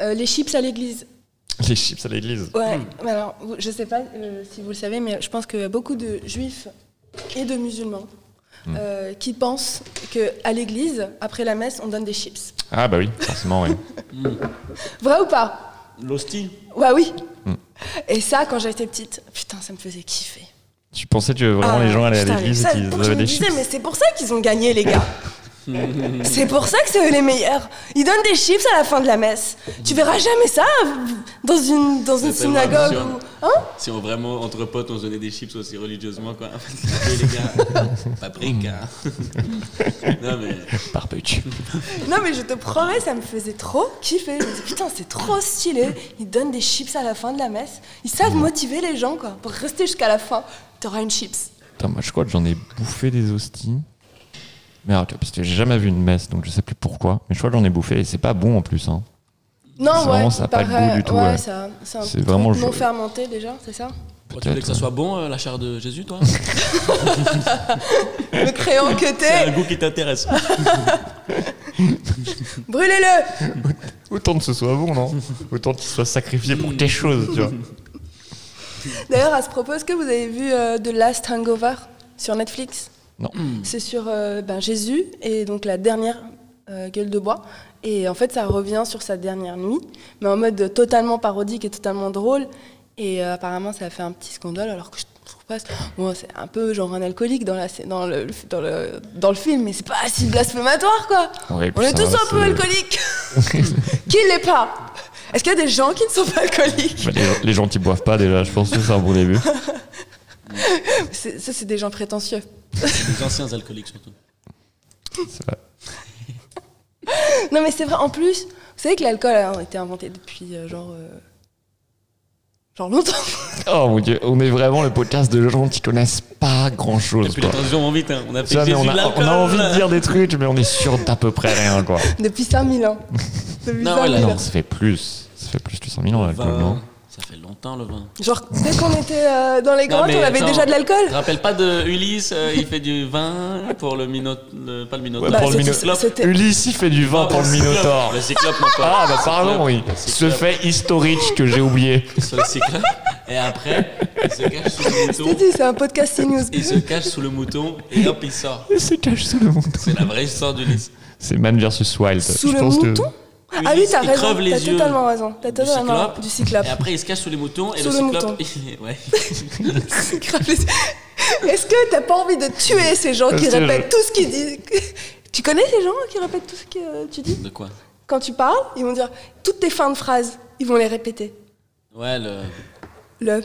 S2: Euh, les chips à l'église.
S1: Les chips à l'église.
S2: Ouais, mais alors, vous- je sais pas euh, si vous le savez, mais je pense qu'il y a beaucoup de juifs et de musulmans euh, qui pensent qu'à l'église, après la messe, on donne des chips.
S1: Ah, bah oui, forcément, oui.
S2: Vrai ou pas
S3: L'hostie
S2: Ouais, oui. Et ça, quand j'étais petite, putain, ça me faisait kiffer.
S1: Tu pensais que vraiment
S2: Ah,
S1: les gens allaient à
S2: putain,
S1: l'église
S2: ça,
S1: et qu'ils
S2: donc je
S1: avaient
S2: me
S1: des
S2: disais,
S1: chips
S2: mais c'est pour ça qu'ils ont gagné, les gars. c'est pour ça que c'est eux les meilleurs. Ils donnent des chips à la fin de la messe. Tu verras jamais ça dans une, dans une
S3: C'est tellement
S2: synagogue.
S3: absurde.
S2: ou- Hein
S3: Si on vraiment, entre potes, on se donnait des chips aussi religieusement, quoi. Et les gars, paprika. non, mais.
S1: Barbecue.
S2: Non, mais je te promets, ça me faisait trop kiffer. Je me dis, putain, c'est trop stylé. Ils donnent des chips à la fin de la messe. Ils savent
S1: Mmh.
S2: motiver les gens, quoi. Pour rester jusqu'à la fin, t'auras une chips.
S1: Putain, moi, je crois que j'en ai bouffé des hosties. Mais alors, tu vois, parce que j'ai jamais vu une messe, donc je sais plus pourquoi. Mais je crois que j'en ai bouffé et c'est pas bon en plus. Hein.
S2: Non,
S1: C'est
S2: ouais,
S1: vraiment, ça a
S2: il
S1: pas le goût
S2: paraît-
S1: du tout,
S2: Ouais,
S1: ouais.
S2: ça- c'est un
S1: C'est
S2: truc
S1: vraiment
S2: non
S1: je-
S2: fermenté déjà, c'est ça
S3: Oh, tu voulais que ça
S1: ouais.
S3: soit bon, euh, la chair de Jésus, toi
S2: Le crayon que
S3: C'est un
S2: t'es,
S3: goût qui t'intéresse.
S2: brûlez-le
S1: Autant que ce soit bon, non Autant qu'il soit sacrifié pour quelque chose, tu vois.
S2: D'ailleurs, à ce propos, est-ce que vous avez vu euh, The Last Hangover sur Netflix
S1: Non.
S2: C'est sur euh, ben, Jésus et donc la dernière euh, gueule de bois. Et en fait, ça revient sur sa dernière nuit, mais en mode totalement parodique et totalement drôle. Et euh, apparemment, ça a fait un petit scandale, alors que je trouve pas. Bon, c'est un peu genre un alcoolique dans, la, sé- dans, le, dans, le, dans le film, mais c'est pas si blasphématoire, quoi.
S1: Ouais, puis
S2: On est
S1: ça,
S2: tous un peu
S1: c'est-
S2: alcooliques. qui l'est pas Est-ce qu'il y a des gens qui ne sont pas alcooliques
S1: Bah, les, les gens qui boivent pas, déjà, je pense que c'est un bon début.
S2: C'est- Ça, c'est des gens prétentieux.
S3: Les anciens alcooliques, surtout.
S1: C'est vrai.
S2: Non mais c'est vrai, en plus, vous savez que l'alcool a été inventé depuis euh, genre... euh, genre longtemps.
S1: Oh mon dieu, on est vraiment le podcast de gens qui connaissent pas grand
S3: Et
S1: chose,
S3: puis les
S1: quoi.
S3: transitions vont vite, hein. On a
S1: Tu
S3: fait
S1: vois, mais
S3: Jésus,
S1: on, a,
S3: l'alcool.
S1: on a envie de dire des trucs, mais on est sûr d'à peu près rien, quoi.
S2: depuis 5000 ans. Depuis
S3: Non,
S2: 5000
S3: ouais,
S2: ans.
S1: Non, ça fait plus. Ça fait plus de 100 000 ans,
S3: Le
S1: l'alcool, non
S3: vin. Ça fait longtemps, le vin.
S2: Genre, dès qu'on était euh, dans les
S3: Non,
S2: grottes,
S3: mais
S2: on avait
S3: attends,
S2: déjà de l'alcool
S3: Tu te rappelles pas de Ulysse euh, Il fait du vin pour le minotaure. Pas le minotaure.
S1: Ouais, Bah, pour le
S2: c'était-
S1: Minotaure.
S2: c'était-
S1: Ulysse, il fait du vin pour le Minotaure.
S3: Le cyclope, mon pote.
S1: Ah, bah pardon,
S3: Cyclope.
S1: oui. Ce
S3: Cyclope.
S1: fait historique que j'ai oublié.
S3: sur le cyclope. Et après, il se cache sous le
S2: Je t'ai
S3: mouton.
S2: dit, c'est un podcast CNews.
S3: Il se cache sous le mouton et hop, il sort.
S1: Il se cache sous le mouton.
S3: C'est la vraie histoire d'Ulysse.
S1: C'est Man versus Wild.
S2: Sous
S1: Je
S2: le
S1: pense que-
S2: mouton Ah oui,
S3: Ulysse,
S2: t'as
S3: il
S2: raison,
S3: creve les
S2: t'as
S3: yeux
S2: totalement raison. T'as
S3: Du
S2: totalement
S3: cyclope.
S2: du cyclope.
S3: Et après, il se cache sous les moutons et
S2: Sous
S3: le
S2: le
S3: cyclope.
S2: mouton.
S3: il est- ouais.
S2: Grave, les- Est-ce que t'as pas envie de tuer ces gens qui
S1: Parce que je-
S2: répètent tout ce qu'ils disent Tu connais ces gens qui répètent tout ce que euh, tu dis
S3: De quoi
S2: Quand tu parles, ils vont dire toutes tes fins de phrases, ils vont les répéter.
S3: Ouais, le.
S2: Le.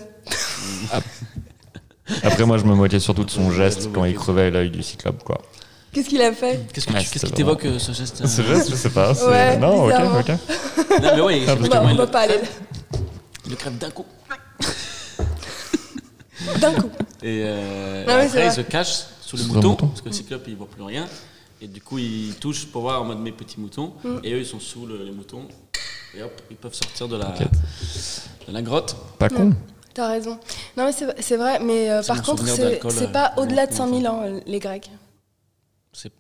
S1: Après, moi, je me moquais surtout de son geste quand il crevait l'œil du cyclope, quoi.
S2: Qu'est-ce qu'il a fait
S3: Qu'est-ce que
S1: Ouais,
S3: tu- qu'est-ce
S1: c'est
S3: qui t'évoque euh, ce geste euh
S1: Ce geste, je sais pas. c'est-
S2: Ouais,
S1: non, ok,
S2: bizarrement.
S1: ok.
S3: Non, mais ouais,
S1: Ah, parce que
S2: On va,
S1: moi,
S2: Bah, on
S3: il,
S2: va pas aller
S3: il le crève d'un coup.
S2: là. D'un coup.
S3: Et, euh,
S2: Ah oui,
S3: après,
S2: c'est
S3: il
S2: vrai.
S3: se cache sous le
S1: Sous un
S3: mouton,
S1: mouton.
S3: parce que le cyclope, il voit plus rien. Et du coup, il touche pour voir en mode mes petits moutons.
S2: Mm.
S3: Et eux, ils sont sous le, les moutons. Et hop, ils peuvent sortir de la,
S1: T'inquiète.
S3: de la grotte.
S1: Pas con.
S2: T'as raison. Non, mais c'est c'est vrai, mais euh,
S3: C'est
S2: par
S3: mon
S2: contre,
S3: souvenir
S2: c'est
S3: d'alcool,
S2: c'est
S3: euh,
S2: pas
S3: mon-
S2: au-delà de
S3: mon
S2: 5000 ans, euh, les Grecs.
S3: C'est.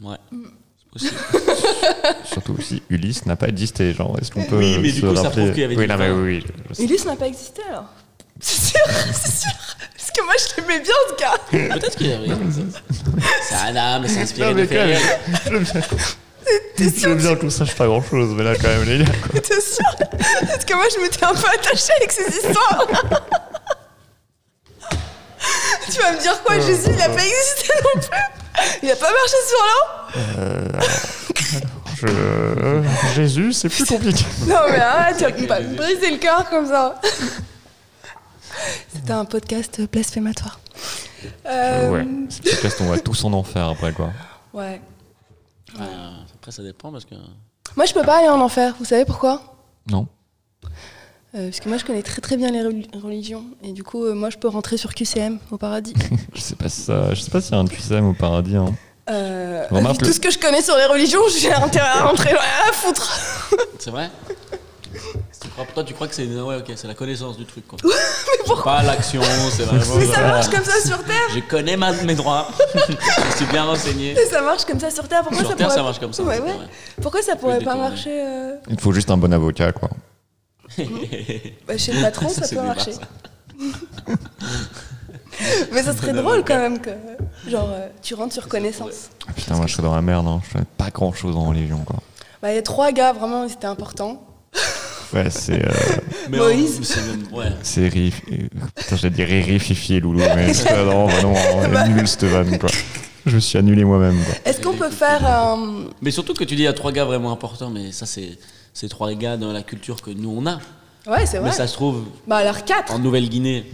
S3: Ouais.
S2: Mm.
S3: C'est possible.
S1: Surtout aussi, Ulysse n'a pas existé. Genre, est-ce qu'on peut.
S3: Oui, mais
S1: se
S3: du coup, ça
S1: rappeler-
S3: prouve qu'il y avait
S1: Oui,
S3: du
S1: non, mais
S3: vin.
S1: oui, oui, je sais.
S2: Ulysse n'a pas existé alors C'est sûr, c'est sûr. Parce que moi, je l'aimais bien, ce gars.
S3: Peut-être qu'il y avait. Ça, non, mais c'est inspiré
S1: Non, mais
S3: de
S1: quand
S3: Ferrier.
S1: Je veux bien qu'on sache pas grand chose, mais là, quand même, les gars, quoi.
S2: T'es sûr Parce que moi, je m'étais un peu attachée avec ces histoires. tu vas me dire
S3: Euh,
S2: quoi, Jésus, il a pas existé non plus Il a pas marché sur l'eau
S1: Euh, alors, je- euh, Jésus, c'est plus compliqué.
S2: Non mais arrête, tu vas pas me briser le cœur comme ça C'était un podcast blasphématoire. Euh,
S1: Ouais, c'est le podcast où on va tous en enfer après quoi.
S2: ouais.
S3: Euh, après, ça dépend parce que.
S2: Moi, je peux pas aller en enfer, vous savez pourquoi
S1: Non.
S2: Euh, Parce que moi, je connais très très bien les reli- religions. Et du coup, euh, moi, je peux rentrer sur QCM au paradis.
S1: Je sais pas si ça- je sais pas s'il y a un QCM au paradis. hein.
S2: Euh,
S1: Remarque
S2: vu
S1: le-
S2: tout ce que je connais sur les religions, j'ai intérêt à rentrer j'en ai rien à foutre.
S3: C'est vrai Tu crois- Toi, tu crois que c'est ouais, ok, c'est la connaissance du truc. Quoi. C'est pas l'action, c'est vraiment.
S2: Mais ça
S3: genre,
S2: marche comme ça sur Terre.
S3: Je connais ma- mes droits. je suis bien renseigné.
S2: Ça marche comme ça sur Terre. Pourquoi
S3: Sur
S2: ça
S3: Terre,
S2: pourrait...
S3: ça marche comme ça,
S2: Ouais,
S3: c'est
S2: ouais.
S3: vrai.
S2: Pourquoi ça pourrait
S3: Plus
S2: pas
S3: détourné.
S2: marcher euh,
S1: Il te faut juste un bon avocat quoi.
S2: bah, chez le patron
S3: Ça,
S2: Ça,
S3: c'est
S2: peut
S3: bizarre,
S2: marcher.
S3: ça.
S2: Mais ça serait
S3: Bon
S2: drôle
S3: avocat.
S2: quand même que genre euh, tu rentres sur connaissance.
S1: Ah, Putain, moi je serais dans la merde, hein. je connais pas grand chose en religion quoi.
S2: Bah, il y a trois gars vraiment, c'était important.
S1: Ouais, c'est. euh,
S3: Mais
S2: Moïse.
S3: on- c'est même- ouais.
S1: C'est Rif. euh, Putain, j'allais dire Riri, Fifi et Loulou, mais c'est pas- non, bah non, elle est nulle cette vanne, quoi. Je me suis annulé moi-même, quoi.
S2: Est-ce qu'on peut faire un
S3: Mais surtout que tu dis il y a trois gars vraiment importants, mais ça, c'est c'est trois gars dans la culture que nous on a.
S2: euh, Ouais, c'est vrai. Mm.
S3: Mais ça se trouve,
S2: Bah alors quatre,
S3: en Nouvelle-Guinée,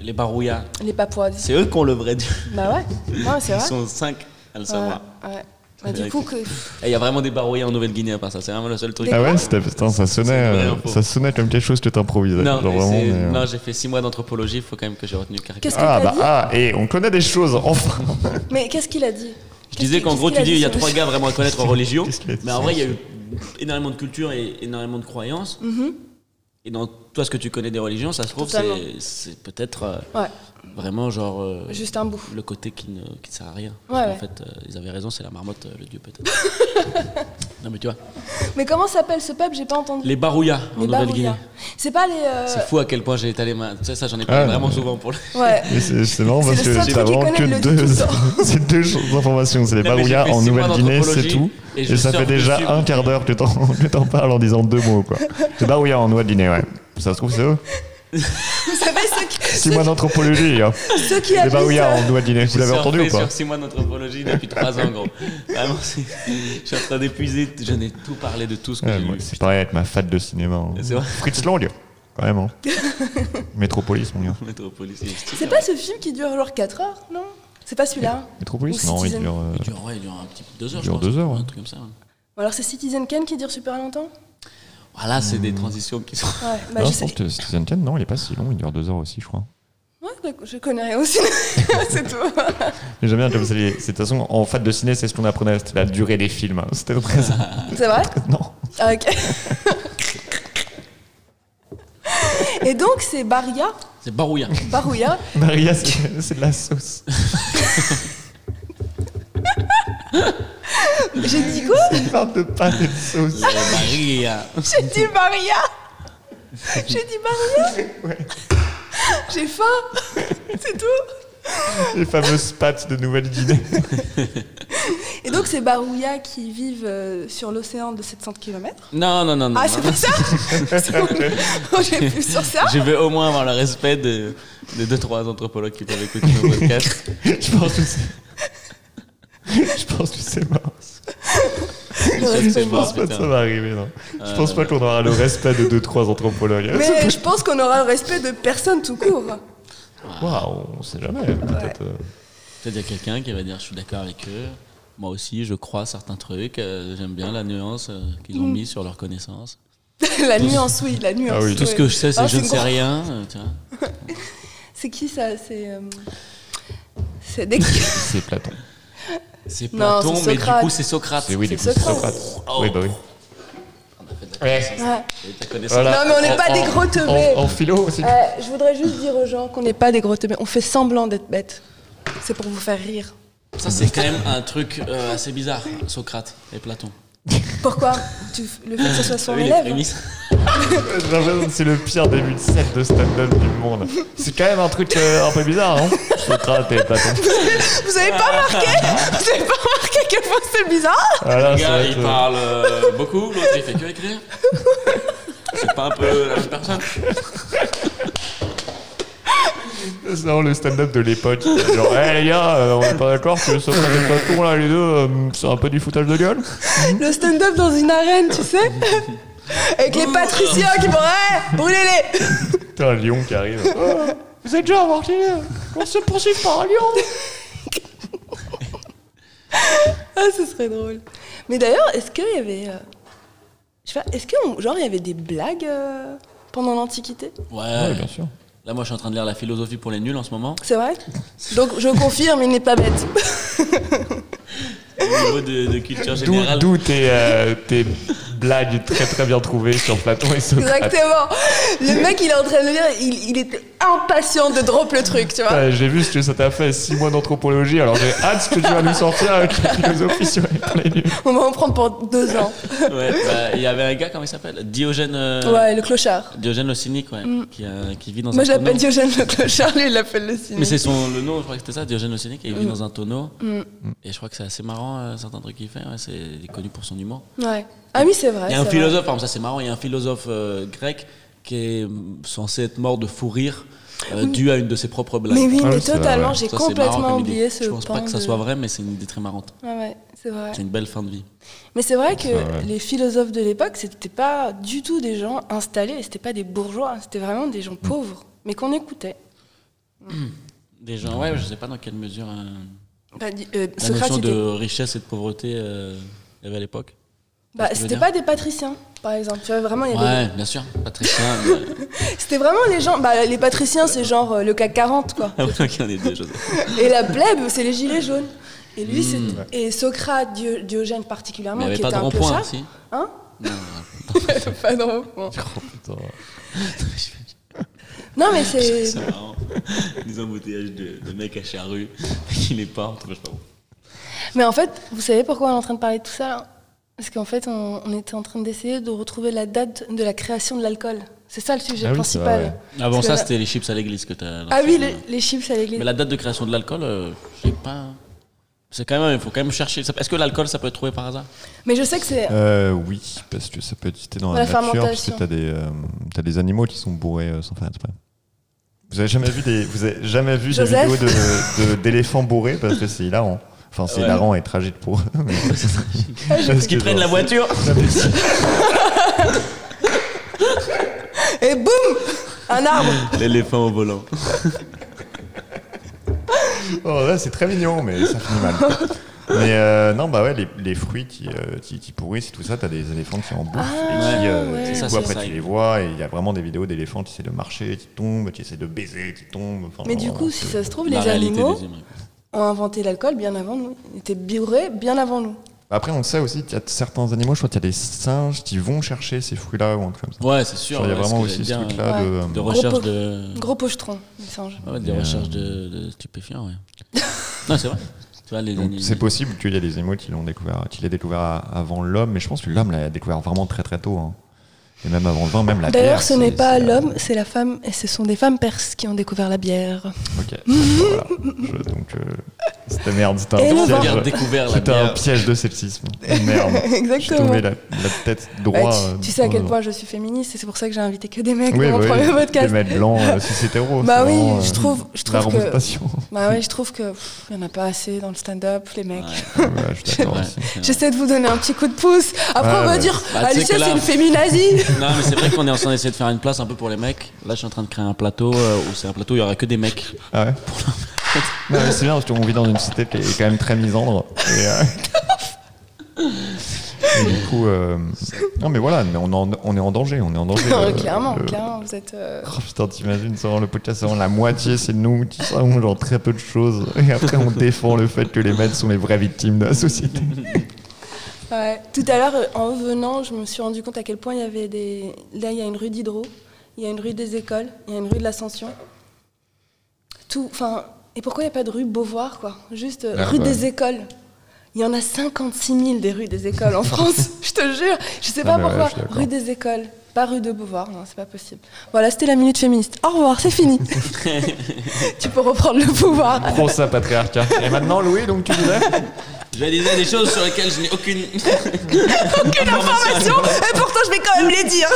S3: les Barouillas,
S2: les Papouas.
S3: c'est eux qui ont le vrai Dieu.
S2: Bah ouais. Ouais, c'est
S3: Ils
S2: vrai.
S3: sont cinq à le savoir.
S2: Ouais, ouais. Bah, du coup que
S3: Et il y a vraiment des Barouillas en Nouvelle-Guinée à part ça, c'est vraiment le seul truc.
S1: Ah ouais, c'était- putain, ça sonnait,
S3: une vraie
S1: euh,
S3: info.
S1: ça sonnait comme quelque chose que t'improvisais. Genre
S3: Non, mais
S1: vraiment.
S3: c'est-
S1: mais, euh,
S3: non, j'ai fait six mois d'anthropologie, il faut quand même que j'ai retenu
S2: Qu'est-ce
S3: caricature.
S2: que
S1: Ah
S2: t'as
S1: bah
S2: dit
S1: ah et on connaît des choses enfin.
S2: Mais qu'est-ce qu'il a dit
S3: Je disais qu'en gros, tu dis il y a trois gars vraiment à connaître en religion,
S1: Qu'est-ce qu'il a dit,
S3: mais en
S1: ça
S3: vrai, il y a eu énormément de culture et énormément de croyances. Et dans toi, ce que tu connais des religions, ça se trouve, c'est-
S2: Mm-hmm. Totalement.
S3: c'est peut-être euh,
S2: Ouais,
S3: vraiment genre. euh,
S2: juste un bout.
S3: le côté qui ne qui ne sert à rien.
S2: Ouais,
S3: en
S2: ouais.
S3: fait, euh, ils avaient raison, c'est la marmotte, euh, le dieu peut-être. non, mais tu vois,
S2: Mais comment s'appelle ce peuple J'ai pas entendu.
S3: les barouillas en
S2: Les
S3: Nouvelle-Guinée.
S2: Barouillas. C'est pas les. euh,
S3: C'est fou à quel point j'ai étalé ma. Tu sais, ça, j'en ai parlé
S1: Ah,
S3: vraiment
S1: mais-
S3: souvent pour le.
S2: Ouais.
S1: Mais C'est c'est marrant
S2: C'est
S1: parce
S2: le
S1: que
S2: seul
S1: t'as
S2: truc qu'il
S1: vraiment que
S2: connaît, il le dit
S1: deux,
S2: tout
S1: c'est deux choses- informations. C'est les
S3: Non, mais j'ai
S1: barouillas
S3: fait
S1: en
S3: six mois
S1: Nouvelle-Guinée, c'est tout.
S3: d'anthropologie
S1: Et,
S3: et je
S1: ça fait
S3: sors
S1: déjà
S3: dessus.
S1: un quart d'heure que t'en que t'en parles en disant deux mots quoi. Les barouillas en Nouvelle-Guinée, ouais. Ça se trouve c'est eux.
S2: Vous savez ceux qui,
S1: Six
S2: ceux,
S1: mois d'anthropologie. hein.
S2: ceux qui
S1: Les
S2: habitent,
S1: barouillas
S2: euh,
S1: en Nouvelle-Guinée, vous l'avez
S3: J'ai
S1: entendu ou
S3: surfé
S1: pas
S3: sur six mois d'anthropologie depuis trois ans, gros. Vraiment, c'est- je suis en train d'épuiser. Je n'ai tout parlé de tout ce que
S1: Ouais,
S3: j'ai
S1: moi,
S3: lu.
S1: C'est pareil avec ma fat de cinéma. hein.
S3: C'est vrai.
S1: Fritz Lang, quand même. hein. Métropolis, mon gars.
S3: Métropolis.
S2: C'est pas ce film qui dure genre 4 heures, non C'est pas celui-là
S1: Métropolis
S2: Ou
S1: Non, il
S2: Citizen.
S1: dure. euh,
S3: Il dure, ouais, il dure un petit peu deux heures.
S1: Il dure
S3: je pense,
S1: deux heures,
S3: Un
S1: ouais.
S3: truc comme ça. ouais.
S2: Ou alors c'est Citizen Kane qui dure super longtemps
S3: Voilà, c'est
S1: Hmm.
S3: des transitions qui sont.
S2: Ouais, bah
S1: non,
S2: je
S1: je
S2: sais.
S1: pense que Ah, Citizen Kane, non, il est pas si long, il dure deux heures aussi, je crois.
S2: Ouais, bah, je connais rien aussi, c'est tout.
S1: Mais j'aime bien comme c'est. les- c'est- De toute façon, en fat de ciné, c'est ce qu'on apprenait, c'était la durée des films. hein. C'était vrai. ça.
S2: C'est vrai
S1: Non.
S2: Ah, ok. Et donc c'est Baria,
S3: C'est barouillat.
S2: Barouya,
S1: Maria, c'est c'est de la sauce.
S2: j'ai dit quoi
S1: Il parle de pâtes et de sauce.
S3: Barouillat.
S2: J'ai dit Baria J'ai dit Baria
S1: Ouais.
S2: J'ai faim C'est tout
S1: Les fameuses pâtes de Nouvelle-Guinée.
S2: Et donc c'est Barouya qui vivent euh, sur l'océan de 700 km.
S3: Non, non, non, non.
S2: Ah
S3: non.
S2: c'est pas ça J'ai plus sur ça
S3: Je vais au moins avoir le respect de, de deux, trois anthropologues qui peuvent écouter nos podcasts.
S1: je pense que c'est. Je pense que c'est mort.
S3: Ils sont-
S2: respect
S3: c'est
S2: de
S1: Je pense
S3: mort,
S1: pas que ça
S3: putain.
S1: va arriver, non. Je pense pas qu'on aura le respect de deux, trois anthropologues.
S2: Mais je pense qu'on aura le respect de personne tout court.
S1: Waouh, on sait jamais. peut-être, euh.
S3: Peut-être il y a quelqu'un qui va dire je suis d'accord avec eux. Moi aussi, je crois à certains trucs. euh, J'aime bien la nuance euh, qu'ils
S2: Hmm.
S3: ont mis sur leurs connaissances.
S2: la nuance, oui, la nuance.
S1: Ah oui.
S3: Tout ce
S2: ouais.
S3: que je sais, c'est
S2: Ah,
S3: je ne
S2: une
S3: sais
S2: gro-
S3: rien. euh, tu vois.
S2: C'est qui ça C'est. euh, C'est des... C'est
S1: C'est Platon.
S3: C'est
S2: Non,
S3: Platon,
S2: c'est
S3: mais du
S2: Socrate.
S3: coup, c'est Socrate.
S1: C'est oui, du coup, c'est
S2: Socrate.
S1: Socrate. Oui, bah oui. Ouais.
S2: Ouais.
S3: Et ta connaissance.
S1: Voilà.
S2: Non, mais on n'est pas
S1: En-
S2: des
S1: en-
S2: gros teubés.
S1: En, en philo aussi.
S2: Euh, je voudrais juste dire aux gens qu'on n'est pas des gros teubés. On fait semblant d'être bêtes. C'est pour vous faire rire.
S3: Ça, c'est quand même un truc euh, assez bizarre, Socrate et Platon.
S2: Pourquoi Tu f- Le fait que ce soit
S3: T'as
S2: son
S3: vu les
S2: élève
S3: prémices
S1: J'ai l'impression que c'est le pire début de set de stand-up du monde. C'est quand même un truc euh, un peu bizarre, hein Socrate et Platon.
S2: Vous avez pas marqué Vous avez pas marqué à quel point c'est bizarre
S1: Voilà,
S3: Le
S1: c'est
S3: gars,
S1: vrai
S3: il
S1: que-
S3: parle euh, beaucoup, l'autre, il fait que écrire. C'est pas un peu la même personne
S1: euh, C'est vraiment le stand-up de l'époque. Genre, hé les gars, euh, on est pas d'accord que ça soit des bâtons là, les deux, euh, c'est un peu du foutage de gueule
S2: Le stand-up dans une arène, tu sais Avec les patriciens qui vont, Eh, brûlez-les
S1: T'as un lion qui arrive. Oh, vous êtes déjà avorté On se poursuit par un lion
S2: Ah, ce serait drôle. Mais d'ailleurs, est-ce qu'il y avait. euh, je sais pas, est-ce que, on- genre, il y avait des blagues euh, pendant l'Antiquité
S1: Ouais,
S3: Ouais.
S1: bien sûr.
S3: Là, moi, je suis en train de lire la philosophie pour les nuls en ce moment.
S2: C'est vrai Donc, je confirme, il n'est pas bête.
S3: Au niveau de, de culture
S1: D'où
S3: générale.
S1: d'où tes, euh, tes blagues très très bien trouvées sur Platon et Socrate.
S2: Exactement. Le mec, il est en train de le dire, il, il était impatient de drop le truc, tu vois.
S1: Ouais, J'ai vu ce que ça t'a fait, 6 mois d'anthropologie, alors j'ai hâte que tu vas nous sortir avec la philosophie sur les nuls.
S2: On va en prendre pour deux ans.
S3: Ouais, bah, il y avait un gars, comment il s'appelle Diogène. euh,
S2: Ouais, le clochard.
S3: Diogène le cynique, ouais, qui, a- qui vit dans
S2: Moi,
S3: un
S2: je l'appelle
S3: tonneau.
S2: Diogène le clochard, lui, il l'appelle le cynique. Mm.
S3: Mais c'est son le nom, je crois que c'était ça, Diogène le cynique, et il vit dans un tonneau. Et je crois que c'est assez marrant euh, certains trucs qu'il fait. ouais, c'est il est connu pour son humour.
S2: Ouais. Ah oui, c'est vrai.
S3: il y a un
S2: c'est
S3: philosophe, par exemple, ça c'est marrant, il y a un philosophe euh, grec qui est euh, censé être mort de fou rire euh, dû à une de ses propres
S2: vrai.
S3: blagues.
S2: Mais oui,
S1: Ah
S2: mais
S1: oui, c'est vrai,
S2: totalement,
S1: ouais.
S2: j'ai
S3: Ça, c'est marrant
S2: complètement
S3: comme idée.
S2: oublié ce
S3: Je pense pas
S2: pan
S3: que ça
S2: de-
S3: soit vrai, mais c'est une idée très marrante.
S2: Ouais, ouais, c'est vrai.
S3: C'est une belle fin de vie.
S2: Mais c'est vrai que
S1: C'est vrai.
S2: les philosophes de l'époque, c'était pas du tout des gens installés, c'était pas des bourgeois, c'était vraiment des
S3: Mm.
S2: gens pauvres, mais qu'on écoutait.
S3: Des gens, ouais, je sais pas dans quelle mesure euh,
S2: Bah, di- euh,
S3: la
S2: Socrate,
S3: notion
S2: était-
S3: de richesse et de pauvreté euh, il y avait à l'époque.
S2: bah,
S3: tu veux
S2: c'était
S3: dire
S2: pas des patriciens, par exemple. Tu vois, vraiment, il y avait-
S3: Ouais, bien sûr, Patricia. mais- euh,
S2: C'était vraiment les gens. Bah, les patriciens, c'est genre euh, le CAC 40, quoi.
S3: Ah oui, ok, on est deux choses.
S2: Et la plèbe, c'est les gilets jaunes. Et lui, c'est
S3: Mm.
S2: et Socrate, Dio- Diogène
S3: Mais il
S2: particulièrement,
S3: n'y
S2: qui
S3: avait
S2: était
S3: pas de
S2: un peu ça.
S3: rond-point, si
S2: Hein
S3: Non,
S2: Pas de rond-point.
S1: Putain.
S2: Non, mais c'est.
S3: c'est marrant. Des embouteillages de, de mecs à charrue, il est pas, on trouve pas bon.
S2: Mais en fait, vous savez pourquoi on est en train de parler de tout ça là Parce qu'en fait, on, on était en train d'essayer de retrouver la date de la création de l'alcool. C'est ça le sujet
S1: Ah oui, c'est vrai,
S2: principal.
S1: ouais.
S3: Ah bon,
S2: Parce
S3: ça
S2: que-
S3: c'était les chips à l'église que t'as.
S2: Ah oui,
S3: lancé, euh,
S2: les, les chips à l'église.
S3: Mais la date de création de l'alcool, euh, je sais pas. C'est quand même, il faut quand même chercher. Ça- Est-ce que l'alcool, ça peut être trouvé par hasard
S2: Mais je sais que c'est.
S1: Euh, oui, parce que ça peut être cité dans
S2: Dans
S1: la,
S2: la
S1: nature, parce que
S2: fermentation.
S1: t'as des, euh, t'as des animaux qui sont bourrés euh, sans faire exprès. Vous avez jamais vu des, vous avez jamais vu des
S2: Joseph
S1: vidéos de- de- d'éléphants bourrés parce que c'est hilarant. Enfin, c'est
S3: Ouais.
S1: hilarant et tragique pour eux. mais- Parce
S3: Qu'ils prennent la voiture
S2: Et boum Un arbre
S3: L'éléphant au volant.
S1: Oh, là, c'est très mignon, mais ça finit mal. Mais euh, non, bah ouais, les, les fruits qui, euh, qui, qui pourrissent et tout ça, t'as des éléphants qui en bouffent et qui, euh,
S2: Ah, ouais.
S1: du
S3: Ça,
S1: coup,
S3: c'est
S1: après
S3: ça.
S1: tu les vois et il y a vraiment des vidéos d'éléphants qui essaient de marcher, qui tombent, qui essaient de baiser, qui tombent. Enfin,
S2: Mais du
S1: genre, euh,
S2: coup,
S1: Oh, c'est-
S2: si ça se trouve,
S3: La
S2: les
S3: réalité
S2: animaux
S3: des humains.
S2: ont inventé l'alcool bien avant nous. Ils étaient bourrés bien avant nous.
S1: Bah, Après, on sait aussi qu'il y a certains animaux, je crois qu'il y a des singes qui vont chercher ces fruits-là ou un truc comme ça.
S3: Ouais, c'est
S1: Genre,
S3: sûr.
S1: il y a
S3: ouais, ce
S1: vraiment
S3: que
S1: aussi ce
S3: j'aime bien,
S1: truc-là
S2: ouais.
S1: de. euh,
S3: euh, De recherche
S2: Gros
S3: de.
S1: Mm.
S2: Gros pochetron, les singes.
S3: Ouais, des
S1: Et, euh,
S3: recherches de, de stupéfiants, ouais. non, c'est vrai. Tu vois, les
S1: donc,
S3: animaux-
S1: c'est possible qu'il y a des animaux qui l'ont découvert, qui l'aient découvert à- avant l'homme, mais je pense que l'homme l'a découvert vraiment très très tôt. hein. Et même avant le vin, même la bière.
S2: D'ailleurs, ce
S1: c'est-
S2: n'est pas
S1: c'est, euh,
S2: l'homme, c'est la femme, et ce sont des femmes perses qui ont découvert la bière.
S1: Ok. voilà. Je- donc, euh, c'était merde. C'était
S2: Et
S1: un
S2: le vin.
S3: Bien
S1: piège.
S3: découvert la
S1: C'était un
S3: bière.
S1: piège de sceptisme. Merde. Je suis
S2: Exactement.
S1: tombé la, la tête
S2: Ouais,
S1: droit.
S2: Bah, tu-
S1: euh,
S2: tu, sais à
S1: dans
S2: quel
S1: le-
S2: point je suis féministe et c'est pour ça que j'ai invité que des mecs
S1: Oui,
S2: dans mon
S1: bah oui,
S2: premier
S1: Des
S2: podcast.
S1: mecs blancs, euh, cis hétéros.
S2: Bah
S1: c'est
S2: oui,
S1: vraiment,
S2: je
S1: euh,
S2: trouve- je
S1: La
S2: trouve que-
S1: remontation.
S2: Bah ouais, je trouve que pff, il y en a pas assez dans le stand-up, les mecs.
S1: Ouais, je suis d'accord
S3: Ouais,
S1: aussi.
S3: c'est vrai.
S2: J'essaie de vous donner un petit coup de pouce. Après,
S1: Ouais,
S2: on va
S1: ouais.
S2: dire,
S3: Bah, tu
S2: Alicia,
S3: sais que là-
S2: c'est une féminazie.
S3: Non, mais c'est vrai qu'on est en train d'essayer de faire une place un peu pour les mecs. Là, je suis en train de créer un plateau euh, où c'est un plateau où il y aura que des mecs.
S1: Ah ouais Non, mais c'est bien, parce qu'on vit dans une société qui est quand même très misandre. Et, euh, et du coup, euh, non mais voilà, mais on, en- on est en danger, on est en danger.
S2: Non,
S1: le-
S2: clairement,
S1: le-
S2: clairement, vous êtes. euh,
S1: Oh, putain, t'imagines, c'est vraiment le podcast, c'est vraiment la moitié, c'est nous qui savons genre très peu de choses. Et après, on défend le fait que les mecs sont les vraies victimes de la société.
S2: Ouais. Tout à l'heure, euh, en venant, je me suis rendu compte à quel point il y avait des. Là, il y a une rue d'Hydro, il y a une rue des Écoles, il y a une rue de l'Ascension. Tout. Enfin, et pourquoi il n'y a pas de rue Beauvoir, quoi Juste euh,
S1: Ah,
S2: rue
S1: bah.
S2: des Écoles. Il y en a 56 000 des rues des Écoles en France, je te jure. Je sais
S1: Ah,
S2: pas
S1: mais ouais,
S2: pourquoi.
S1: je suis d'accord.
S2: rue des Écoles, pas rue de Beauvoir, non, c'est pas possible. Voilà, c'était la minute féministe. Au revoir, c'est fini. tu peux reprendre le pouvoir.
S1: Prends ça, patriarcat. Et maintenant, Louis, donc tu disais
S3: Je disais des choses sur lesquelles je n'ai aucune.
S2: Aucune information, et pourtant je vais quand même les dire.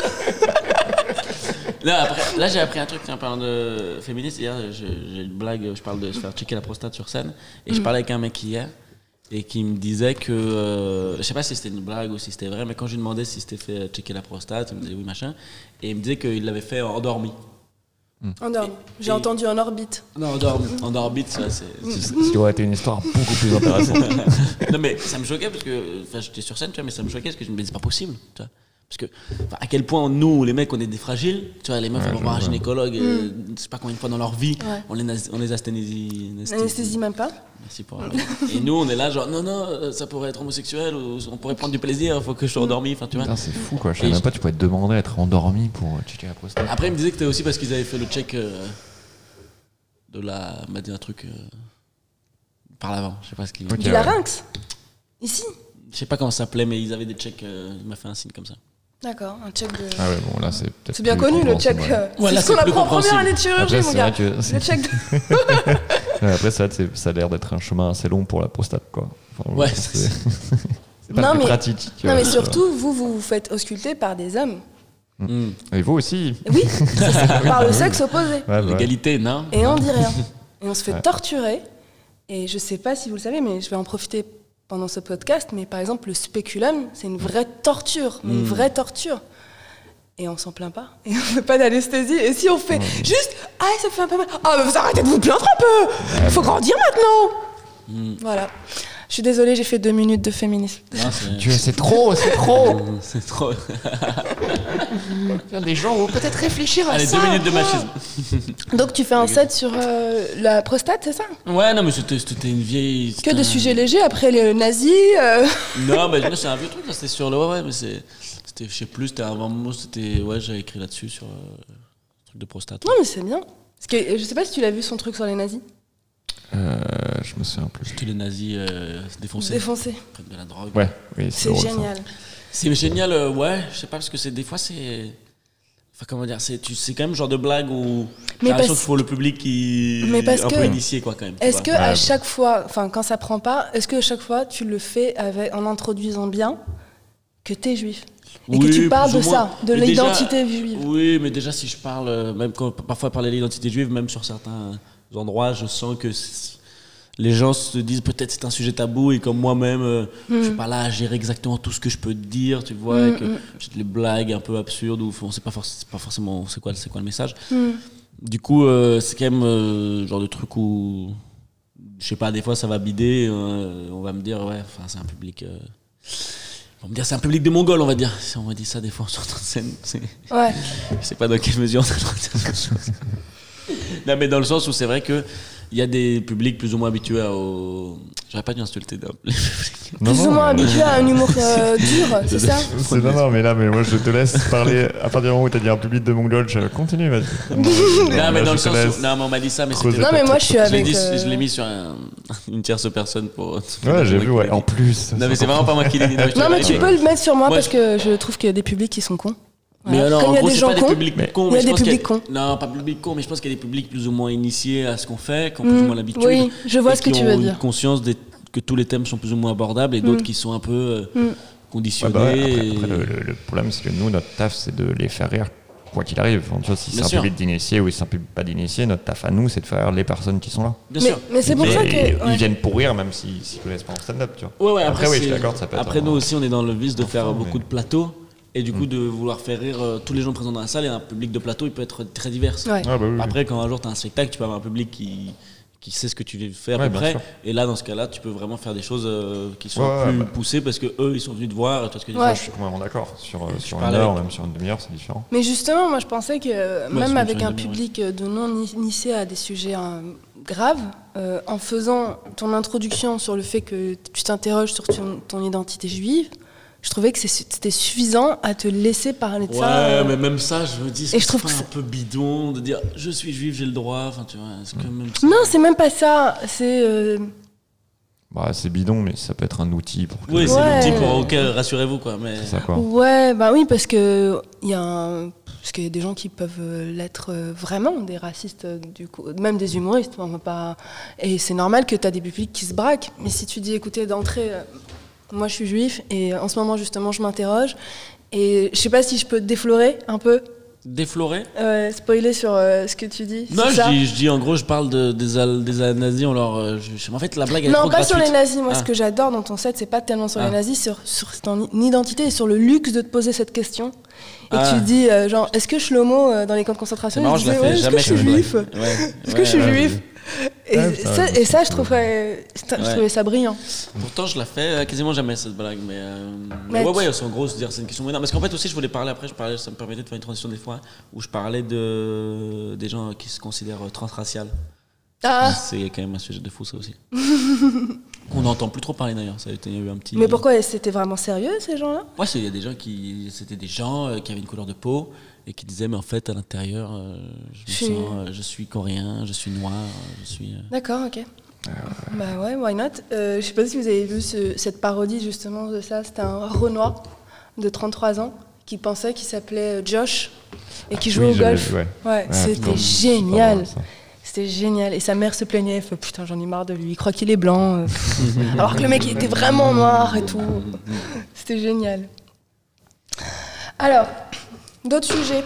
S3: Non, après, là, j'ai appris un truc, tiens, parlant de féministe. Hier, je- j'ai une blague, je parle de se faire checker la prostate sur scène. Et je parlais avec un mec hier et qui me disait que. euh, je sais pas si c'était une blague ou si c'était vrai, mais quand je lui demandais si c'était fait checker la prostate, il me disait oui, machin. Et il me disait qu'il l'avait fait endormi.
S2: Endormi. J'ai
S3: Et-
S2: entendu en orbite.
S3: Non, endormi. Mm. En orbite, ça, c'est. c'est-
S1: Ce qui aurait été une histoire beaucoup plus intéressante.
S3: non, mais ça me choquait parce que. Enfin, j'étais sur scène, tu vois, mais ça me choquait parce que je me disais, c'est pas possible, tu vois. Parce que, enfin, à quel point nous, les mecs, on est des fragiles, tu vois, les meufs, elles vont voir un gynécologue, euh, je sais pas combien de fois dans leur vie,
S2: Ouais.
S3: on les, nas- on les asthénésie.
S2: Anesthésie même pas.
S3: Merci pour. Et nous, on est là, genre, non, non, euh, ça pourrait être homosexuel, ou on pourrait prendre du plaisir, faut que je sois endormi, enfin, tu vois.
S1: Putain, c'est fou quoi. Je
S3: Et
S1: savais même
S3: je-
S1: pas, tu pouvais te demander à être endormi pour euh, checker la prostate.
S3: Après, ils me disaient que c'était aussi parce qu'ils avaient fait le check euh, de la. m'a dit un truc. euh, par l'avant, je sais pas ce qu'ils.
S1: Ok.
S2: Du
S1: Ouais.
S2: larynx Ici
S3: Je sais pas comment ça s'appelait, mais ils avaient des checks, euh, il m'a fait un signe comme ça.
S2: D'accord, un check de.
S1: Ah ouais, bon là c'est peut-être.
S2: C'est bien
S1: plus
S2: connu le check.
S1: compréhensible, ouais.
S2: euh,
S3: Ouais, là,
S2: c'est ce qu'on
S3: c'est plus
S2: apprend en première
S3: compréhensible.
S2: année de chirurgie,
S1: Après,
S2: mon
S1: c'est
S2: gars.
S1: vrai que c'est-
S2: Le check de.
S1: Ouais, après ça, c'est- ça a l'air d'être un chemin assez long pour la prostate quoi. Enfin,
S3: Ouais,
S1: c'est
S3: c'est-
S1: c'est pas
S2: Non,
S1: le plus
S2: mais-
S1: pratique. euh, tu
S2: Non,
S1: vois,
S2: mais
S1: ça.
S2: surtout, vous, vous vous faites ausculter par des hommes.
S3: Hmm.
S1: Et vous aussi.
S2: Oui, ça, c'est par le sexe opposé.
S1: Ouais, bah ouais.
S3: L'égalité, non
S2: Et on dit rien. Et on se fait
S1: Ouais.
S2: torturer. Et je sais pas si vous le savez, mais je vais en profiter pendant ce podcast. Mais par exemple, le spéculum, c'est une vraie torture. mais Une vraie torture. Et on s'en plaint pas. Et on fait pas d'anesthésie. Et si on fait juste Ah, ça fait un peu mal. Ah, mais vous arrêtez de vous plaindre un peu Il faut grandir maintenant Voilà. Je suis désolée, j'ai fait deux minutes de féminisme.
S3: Non, Hein, c'est-
S1: Tu vois, c'est trop, c'est trop.
S3: C'est trop.
S1: Les gens vont peut-être réfléchir
S3: Allez, deux minutes de machisme.
S2: Donc tu fais un set sur euh, la prostate, c'est ça
S3: Ouais, non, mais c'était c'était une vieille.
S2: Que
S3: c'était
S2: de
S3: un-
S2: sujets légers après les nazis. euh,
S3: Non, mais non, c'est un vieux truc, ça, c'était sur le. Ouais, ouais, mais c'est. C'était, je sais plus, c'était avant moi, c'était. Ouais, j'avais écrit là-dessus sur. euh, le truc de prostate.
S2: Non, mais c'est bien. Parce que euh, je sais pas si tu l'as vu son truc sur les nazis.
S1: Euh, je me souviens plus.
S3: Tous les nazis euh, se défonçaient,
S2: Défoncé.
S3: prennent de la drogue.
S1: Ouais, oui,
S2: C'est
S1: drôle, ça.
S2: génial.
S3: C'est génial, euh, ouais, je sais pas, parce que c'est des fois, c'est. Enfin, comment dire, c'est tu- c'est quand même le genre de blague
S2: Mais
S3: où. J'ai l'impression
S2: parce-
S3: qu'il faut le public qui.
S2: Mais parce
S3: un
S2: que-
S3: peu initié, quoi, quand même. tu
S2: Est-ce
S3: vois.
S2: que à chaque fois, enfin quand ça prend pas, est-ce que à chaque fois tu le fais avec, en introduisant bien que t'es juif et que
S3: Oui,
S2: tu parles
S3: plus
S2: de
S3: ou moins.
S2: ça, de
S3: Mais déjà-
S2: l'identité juive
S3: Oui, mais déjà, si je parle, euh, même quand, parfois parler de l'identité juive, même sur certains endroits, je sens que c- les gens se disent peut-être c'est un sujet tabou et comme moi-même, euh, je suis pas là à gérer exactement tout ce que je peux dire, tu vois, et que j'ai des blagues un peu absurdes où on sait pas, forc- c'est pas forcément c'est quoi, c'est quoi le message. Du coup, euh, c'est quand même euh, genre de truc où, je sais pas, des fois ça va bider, euh, on va me dire, ouais, enfin, c'est un public. euh, on va me dire, c'est un public de mongols, on va dire. Si on me dit ça des fois sur toute scène, c'est.
S2: Ouais.
S3: Je sais pas dans quelle mesure on a le droit de dire quelque chose. Non, mais dans le sens où c'est vrai que il y a des publics plus ou moins habitués à au. J'aurais pas dû insulter d'un- les publics.
S1: Non,
S2: Plus
S1: non,
S2: ou moins
S1: mais-
S2: habitué à un humour euh, dur, c'est ça
S1: C'est- Non, non, mais là, mais moi, je te laisse parler. À partir du moment où t'as dit un public de Mongol, je continue, vas-y.
S3: Non, mais
S1: Là, je
S3: dans le
S1: te
S3: sens
S1: laisse.
S3: où. Non, mais on m'a dit ça, mais
S1: creuser.
S3: c'était.
S2: Non mais moi je suis
S3: Je l'ai
S2: avec.
S3: dit-
S2: euh,
S3: je l'ai mis sur un- une tierce personne pour.
S1: Ouais, j'ai vu, ouais. En plus.
S3: Non, mais c'est vraiment pas moi qui l'ai dit. je te
S2: Non mais
S3: l'ai
S2: tu
S3: dit.
S2: peux le mettre sur moi
S3: Moi,
S2: parce
S3: je-
S2: que je trouve qu'il y a des publics qui sont cons.
S3: Mais
S2: Voilà.
S3: alors,
S2: Comme
S3: en
S2: il y a
S3: gros,
S2: des
S3: c'est
S2: gens
S3: pas des
S2: cons.
S3: publics
S1: Mais-
S3: cons.
S2: Il y a
S3: mais je
S2: des
S3: pense qu'il
S2: publics cons.
S3: Non, pas publics cons, mais je pense qu'il y a des publics plus ou moins initiés à ce qu'on fait, qui ont plus
S2: Mm,
S3: ou moins l'habitude.
S2: oui, je vois
S3: et
S2: ce que
S3: qui
S2: tu veux
S3: ont une
S2: dire. Mm.
S3: conscience des- que tous les thèmes sont plus ou moins abordables et d'autres qui sont un peu euh,
S1: Ouais,
S3: conditionnés.
S1: bah ouais, après,
S3: et-
S1: après, le, le- le problème, c'est que nous, notre taf, c'est de les faire rire, quoi qu'il arrive. Enfin, tu vois, si
S3: Bien
S1: c'est un
S3: sûr.
S1: public d'initiés ou si c'est un public pas d'initiés, notre taf à nous, c'est de faire rire les personnes qui sont là.
S3: Bien
S2: Mais,
S3: sûr.
S2: mais c'est pour
S1: Mais
S2: ça que.
S1: Ils
S2: ouais.
S1: viennent pour rire, même s'ils si, ne connaissent pas en stand-up, tu vois.
S3: Ouais, ouais, après,
S1: oui, je
S3: c'est-
S1: suis d'accord, ça peut être.
S3: Après,
S1: un-
S3: nous aussi, on est dans le vice de faire
S1: Enfin,
S3: beaucoup
S1: mais- Mm.
S3: de plateaux et du coup de vouloir faire rire euh, tous les gens présents dans la salle et un public de plateau, il peut être très divers.
S2: Ouais.
S1: Ah, bah oui, oui.
S3: Après, quand un jour tu as un spectacle, tu peux avoir un public qui, qui sait ce que tu veux faire à
S1: Ouais,
S3: peu
S1: bien
S3: près.
S1: sûr.
S3: Et là, dans ce cas-là, tu peux vraiment faire des choses euh, qui sont
S1: Ouais, ouais,
S3: plus
S1: bah.
S3: poussées parce que eux, ils sont venus te voir. Tu vois ce que je veux
S2: Ouais.
S3: dire
S1: Je suis complètement d'accord. Sur, euh, sur une
S3: parlais
S1: heure,
S3: avec-
S1: même sur une demi-heure, c'est différent.
S2: Mais justement, moi je pensais que euh,
S3: Ouais, c'est
S2: même
S3: une
S2: avec
S3: chose
S2: un
S3: de bien,
S2: public euh, de non initiés à des sujets euh, graves, euh, en faisant ton introduction sur le fait que tu t'interroges sur ton, ton identité juive, je trouvais que c'est- c'était suffisant à te laisser parler de
S3: Ouais,
S2: ça. euh,
S3: mais même ça, je me dis,
S2: Et
S3: c'est
S2: je trouve
S3: pas
S2: que
S3: un peu bidon de dire je suis juif, j'ai le droit. Enfin, tu vois, c'est quand même. ça.
S2: Non, c'est même pas ça. C'est euh,
S1: Bah, c'est bidon, mais ça peut être un outil pour que-
S3: Oui, c'est
S2: Ouais.
S3: l'outil pour. Ok, rassurez-vous, quoi. Mais...
S1: C'est ça, quoi.
S2: ouais, bah oui, parce que il y a un- parce qu'il y a des gens qui peuvent euh, l'être euh, vraiment, des racistes, euh, du coup, même des humoristes. On va pas. Et c'est normal que tu as des publics qui se braquent. Mais si tu dis, écoutez, d'entrée, euh, moi je suis juif et euh, en ce moment justement je m'interroge et je sais pas si je peux te déflorer un peu
S3: Défloré
S2: Ouais, spoiler sur euh, ce que tu dis.
S3: Non,
S2: c'est
S3: je
S2: ça
S3: dis, je dis, en gros, je parle de, des, al- des nazis, on leur. euh, je- je- en fait, la blague, elle est
S2: Non,
S3: trop
S2: pas sur les
S3: gratuite.
S2: nazis. Moi,
S3: Ah.
S2: ce que j'adore dans ton set, c'est pas tellement sur
S3: Ah.
S2: les nazis, sur, sur ton i- identité et sur le luxe de te poser cette question. Et
S3: Ah.
S2: tu dis, euh, genre, est-ce que je suis l'homo euh, dans les camps de concentration
S3: C'est marrant,
S2: Il
S3: je la
S2: disait,
S3: fais
S2: ouais,
S3: jamais,
S2: Est-ce que je
S3: cette
S2: suis
S3: blague.
S2: juif
S3: Ouais,
S2: Est-ce
S3: ouais,
S2: que je suis
S3: ouais.
S2: juif et,
S1: Ouais, ça,
S2: ça, et ça, je trouverais- je
S3: Ouais.
S2: trouvais ça brillant.
S3: Pourtant, je la fais euh, quasiment jamais cette blague, mais, euh,
S2: Mais
S3: mais ouais,
S2: tu-
S3: ouais, c'est en gros se dire c'est une question énorme. Parce qu'en fait aussi, je voulais parler après, je parlais, ça me permettait de faire une transition des fois où je parlais de des gens qui se considèrent euh, transraciales.
S2: Ah,
S3: C'est quand même un sujet de fou ça aussi. Qu'on n'entend plus trop parler d'ailleurs. Ça a été il y a eu un petit.
S2: mais pourquoi C'était vraiment sérieux, ces gens-là
S3: Ouais, c'est- il y a des gens qui c'était des gens euh, qui avaient une couleur de peau et qui disaient mais en fait à l'intérieur, euh,
S2: Je
S3: je
S2: suis-
S3: me sens, euh, je suis coréen, je suis noir, euh, je suis. euh,
S2: D'accord, ok.
S1: Ah.
S2: Bah ouais, why not Euh, Je sais pas si vous avez vu ce- cette parodie justement de ça. C'était un Renoir de 33 ans qui pensait qu'il s'appelait euh, Josh et qui jouait
S1: Oui,
S2: au
S1: je l'ai
S2: golf.
S1: vu, ouais.
S2: Ouais,
S1: Ah,
S2: c'était
S1: putain, c'est pas
S2: génial.
S1: mal, ça.
S2: C'était génial. Et sa mère se plaignait, elle fait, putain, j'en ai marre de lui, il croit qu'il est blanc. euh. Alors que le mec, il était vraiment noir et tout. C'était génial. Alors, d'autres sujets.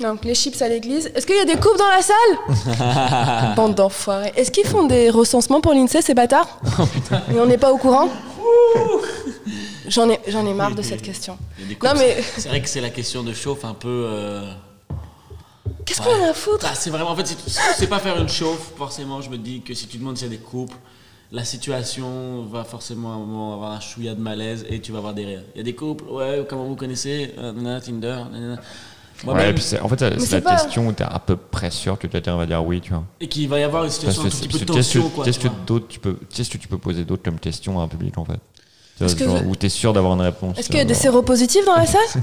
S2: Donc, les chips à l'église. Est-ce qu'il y a des coupes dans la salle Bande d'enfoirés. Est-ce qu'ils font des recensements pour l'INSEE, ces bâtards
S1: Oh,
S2: Et on n'est pas au courant J'en ai, j'en ai marre de cette question.
S3: il y a des couples.
S2: Non, mais
S3: C'est vrai que c'est la question de chauffe un peu. euh,
S2: qu'est-ce qu'on a à foutre
S3: Ah, c'est vraiment, en fait, si tu si tu sais pas faire une chauffe, forcément, je me dis que si tu demandes s'il y a des couples, la situation va forcément à un moment avoir un chouïa de malaise et tu vas avoir des rires. Il y a des couples, ouais, comment vous connaissez euh, nanana, Tinder, nanana.
S1: Ouais,
S3: Moi-même,
S1: et puis c'est- en fait, c'est
S2: c'est
S1: la
S2: pas-
S1: question où t'es à peu près sûr que quelqu'un va dire oui, tu vois.
S3: et qu'il va y avoir une
S1: Parce
S3: situation un
S1: que
S3: tout
S1: c'est-
S3: petit peu de
S1: c'est- qu'est-ce
S3: tension,
S1: que-
S3: quoi.
S1: qu'est-ce
S3: tu
S1: que
S3: vois.
S1: d'autre tu peux, qu'est-ce que tu peux poser d'autre comme question à un public en fait Tu vois,
S2: Est-ce que
S1: genre,
S2: vous-
S1: Où t'es sûr d'avoir une réponse
S2: Est-ce
S1: tu
S2: qu'il y a
S1: vois,
S2: des
S1: genre.
S2: séropositifs dans la salle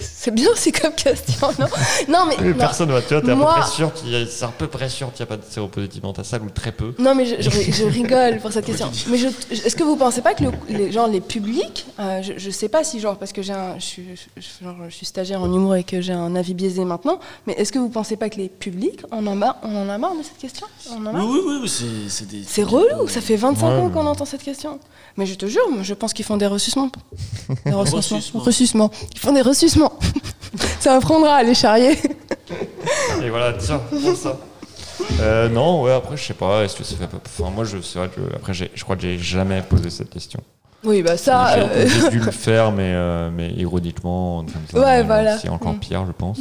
S2: C'est bien aussi comme question, non Non, mais.
S1: Oui,
S2: non.
S1: Personne va, tu vois, t'es à peu
S2: Moi-
S1: près sûr qu'il y a, c'est à peu près sûr qu'il n'y a pas de séropositif dans ta salle ou très peu.
S2: Non, mais je, je ri- je rigole pour cette question. Mais je- je- est-ce que vous pensez pas que le- les gens, les publics, euh, je, je sais pas si genre parce que j'ai un, je, suis- je- je- genre, je suis stagiaire en humour et que j'ai un avis biaisé maintenant, mais est-ce que vous pensez pas que les publics, on en a, on en a marre de cette question On en a
S3: Oui,
S2: marre
S3: oui, oui, oui, c'est- c'est des.
S2: C'est relou, ça fait 25
S1: Ouais,
S2: ans
S1: mais-
S2: qu'on entend cette question. Mais je te jure, moi, je pense qu'ils font des ressuscements. Des ressuscements.
S3: Ressuscements.
S2: Ressuscements. Ils font des ressuscements. ça apprendra à les charrier.
S1: Et voilà, tiens, prends ça. Euh, non, ouais, après, je sais pas, est-ce que ça fait pas. Enfin, moi, je, c'est vrai que, après, j'ai- je crois que j'ai jamais posé cette question.
S2: Oui, bah ça.
S1: J'ai-
S2: euh,
S1: J'ai dû le faire, mais, euh, mais ironiquement, comme ça,
S2: Ouais,
S1: mais, euh,
S2: voilà. Mm.
S1: c'est encore pire, je pense.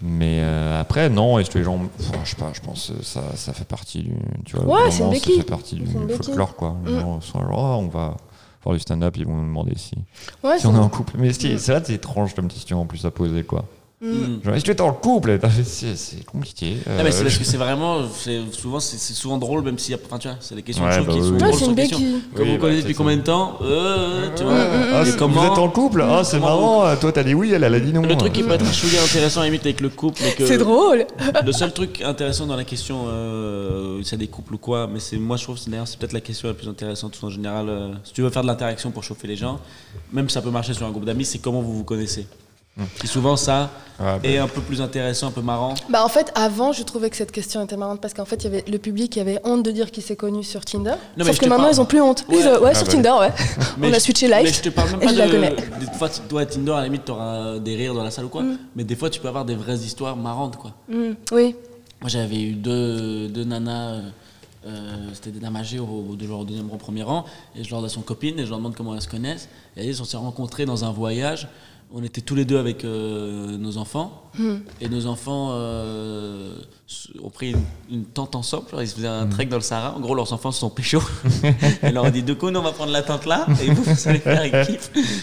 S1: mais euh, après, non, est-ce que les gens. Enfin, je sais pas, je pense que ça, ça fait partie du. Tu vois, au
S2: Ouais,
S1: bout d'un
S2: c'est une
S1: moment,
S2: béquille.
S1: Ça fait partie du
S2: C'est une béquille.
S1: folklore, quoi. Les
S2: Mm.
S1: gens sont genre, Ah, on va faire du stand-up, ils vont nous demander si,
S2: ouais,
S1: si on est en couple. Mais c'est c'est là, c'est étrange comme question en plus à poser, quoi.
S2: Mm.
S1: Genre, est-ce que t'es en couple Et t'as fait, C'est c'est compliqué.
S3: Ah, mais c'est
S1: euh,
S3: parce que c'est vraiment, c'est souvent, c'est c'est souvent drôle, même s'il y a, enfin, tu vois, c'est les questions
S1: Ouais,
S3: de chauffe
S1: bah
S3: qui
S1: oui,
S3: sont
S1: oui.
S2: Ouais,
S3: drôles
S2: c'est
S3: sur
S2: une Mm,
S3: question.
S2: béquille.
S3: Comme
S1: Oui, bah,
S3: vous connaissez
S1: c'est
S3: depuis
S1: ça.
S3: combien de temps Euh, Tu vois.
S1: Ah,
S3: et
S1: c'est- vous
S3: comment-
S1: êtes en couple Ah, c'est
S3: Comment-
S1: marrant. euh, Toi, t'as dit oui, elle, elle a dit non.
S3: Le truc qui peut être un chouïa intéressant à la limite avec le couple, mais que
S2: C'est drôle.
S3: le seul truc intéressant dans la question, euh, c'est des couples ou quoi, mais c'est moi je trouve c'est- d'ailleurs c'est peut-être la question la plus intéressante en général. euh, si tu veux faire de l'interaction pour chauffer les gens, même ça peut marcher sur un groupe d'amis, c'est comment vous vous connaissez. Et souvent ça
S1: Hmm. Ah, bah.
S3: est un peu plus intéressant, un peu marrant.
S2: Bah en fait, avant, je trouvais que cette question était marrante parce qu'en fait, il y avait le public qui avait honte de dire qu'il s'est connu sur Tinder.
S3: mais
S2: Sauf
S3: je
S2: que
S3: te
S2: maintenant,
S3: parle-
S2: ils ont plus honte.
S3: Ouais.
S2: Ils, euh, ouais,
S1: Ah
S2: sur
S1: bah.
S2: Tinder, ouais.
S3: Mais
S2: On a
S3: je-
S2: switché
S3: Mais je
S2: live.
S3: te parle même
S2: et
S3: pas
S2: je
S3: de.
S2: la connais.
S3: Des fois, tu- toi à Tinder, à la limite, t'auras des rires dans la salle ou quoi,
S2: Hmm.
S3: mais des fois, tu peux avoir des vraies histoires marrantes quoi.
S2: Mm, oui.
S3: Moi, j'avais eu deux, deux nanas, euh, euh, c'était des dames âgées au, au- de- genre au deuxième rang, premier rang, et je leur donne son copine et je leur demande comment elles se connaissent. Et elles, on s'est rencontrées dans un voyage. On était tous les deux avec euh, nos enfants,
S2: Hmm.
S3: et nos enfants euh, s- ont pris une, une tente ensemble. Genre, Ils se faisaient un trek dans le Sahara. En gros, leurs enfants se sont pécho. Elle leur a dit, de coup, nous, on va prendre la tente là, et vous, vous allez faire équipe.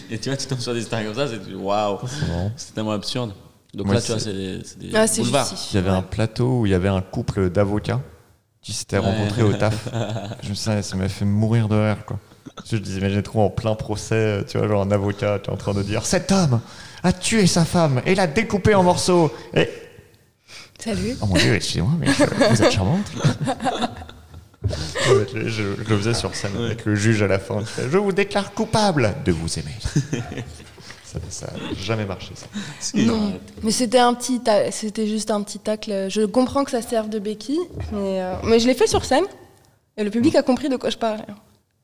S3: Et tu vois, tu tombes sur des stars comme ça, c'est waouh,
S1: marrant.
S3: c'est tellement absurde. Donc
S1: Moi,
S3: là, tu vois,
S1: c'est-
S3: c'est des, c'est des
S2: Ah, c'est
S3: boulevards.
S2: justifié.
S1: Il y avait un plateau où il y avait un couple d'avocats qui s'étaient
S3: Ouais.
S1: rencontrés au taf. Je me souviens, ça m'a fait mourir de rire, quoi. Parce que Je disais, mais j'ai trop en plein procès, euh, tu vois, genre un avocat, tu es en train de dire Cet homme a tué sa femme et l'a découpée en morceaux. Et.
S2: Salut.
S1: Oh mon dieu, excusez-moi, mais je- vous êtes charmante. Ouais, je, je- je le faisais sur scène avec le juge à la fin. qui fait, Je vous déclare coupable de vous aimer. ça ça a jamais marché, ça.
S2: Non. Mais c'était un petit, ta- c'était juste un petit tacle. Je comprends que ça serve de béquille, mais, euh, mais je l'ai fait sur scène et le public a compris de quoi je parlais.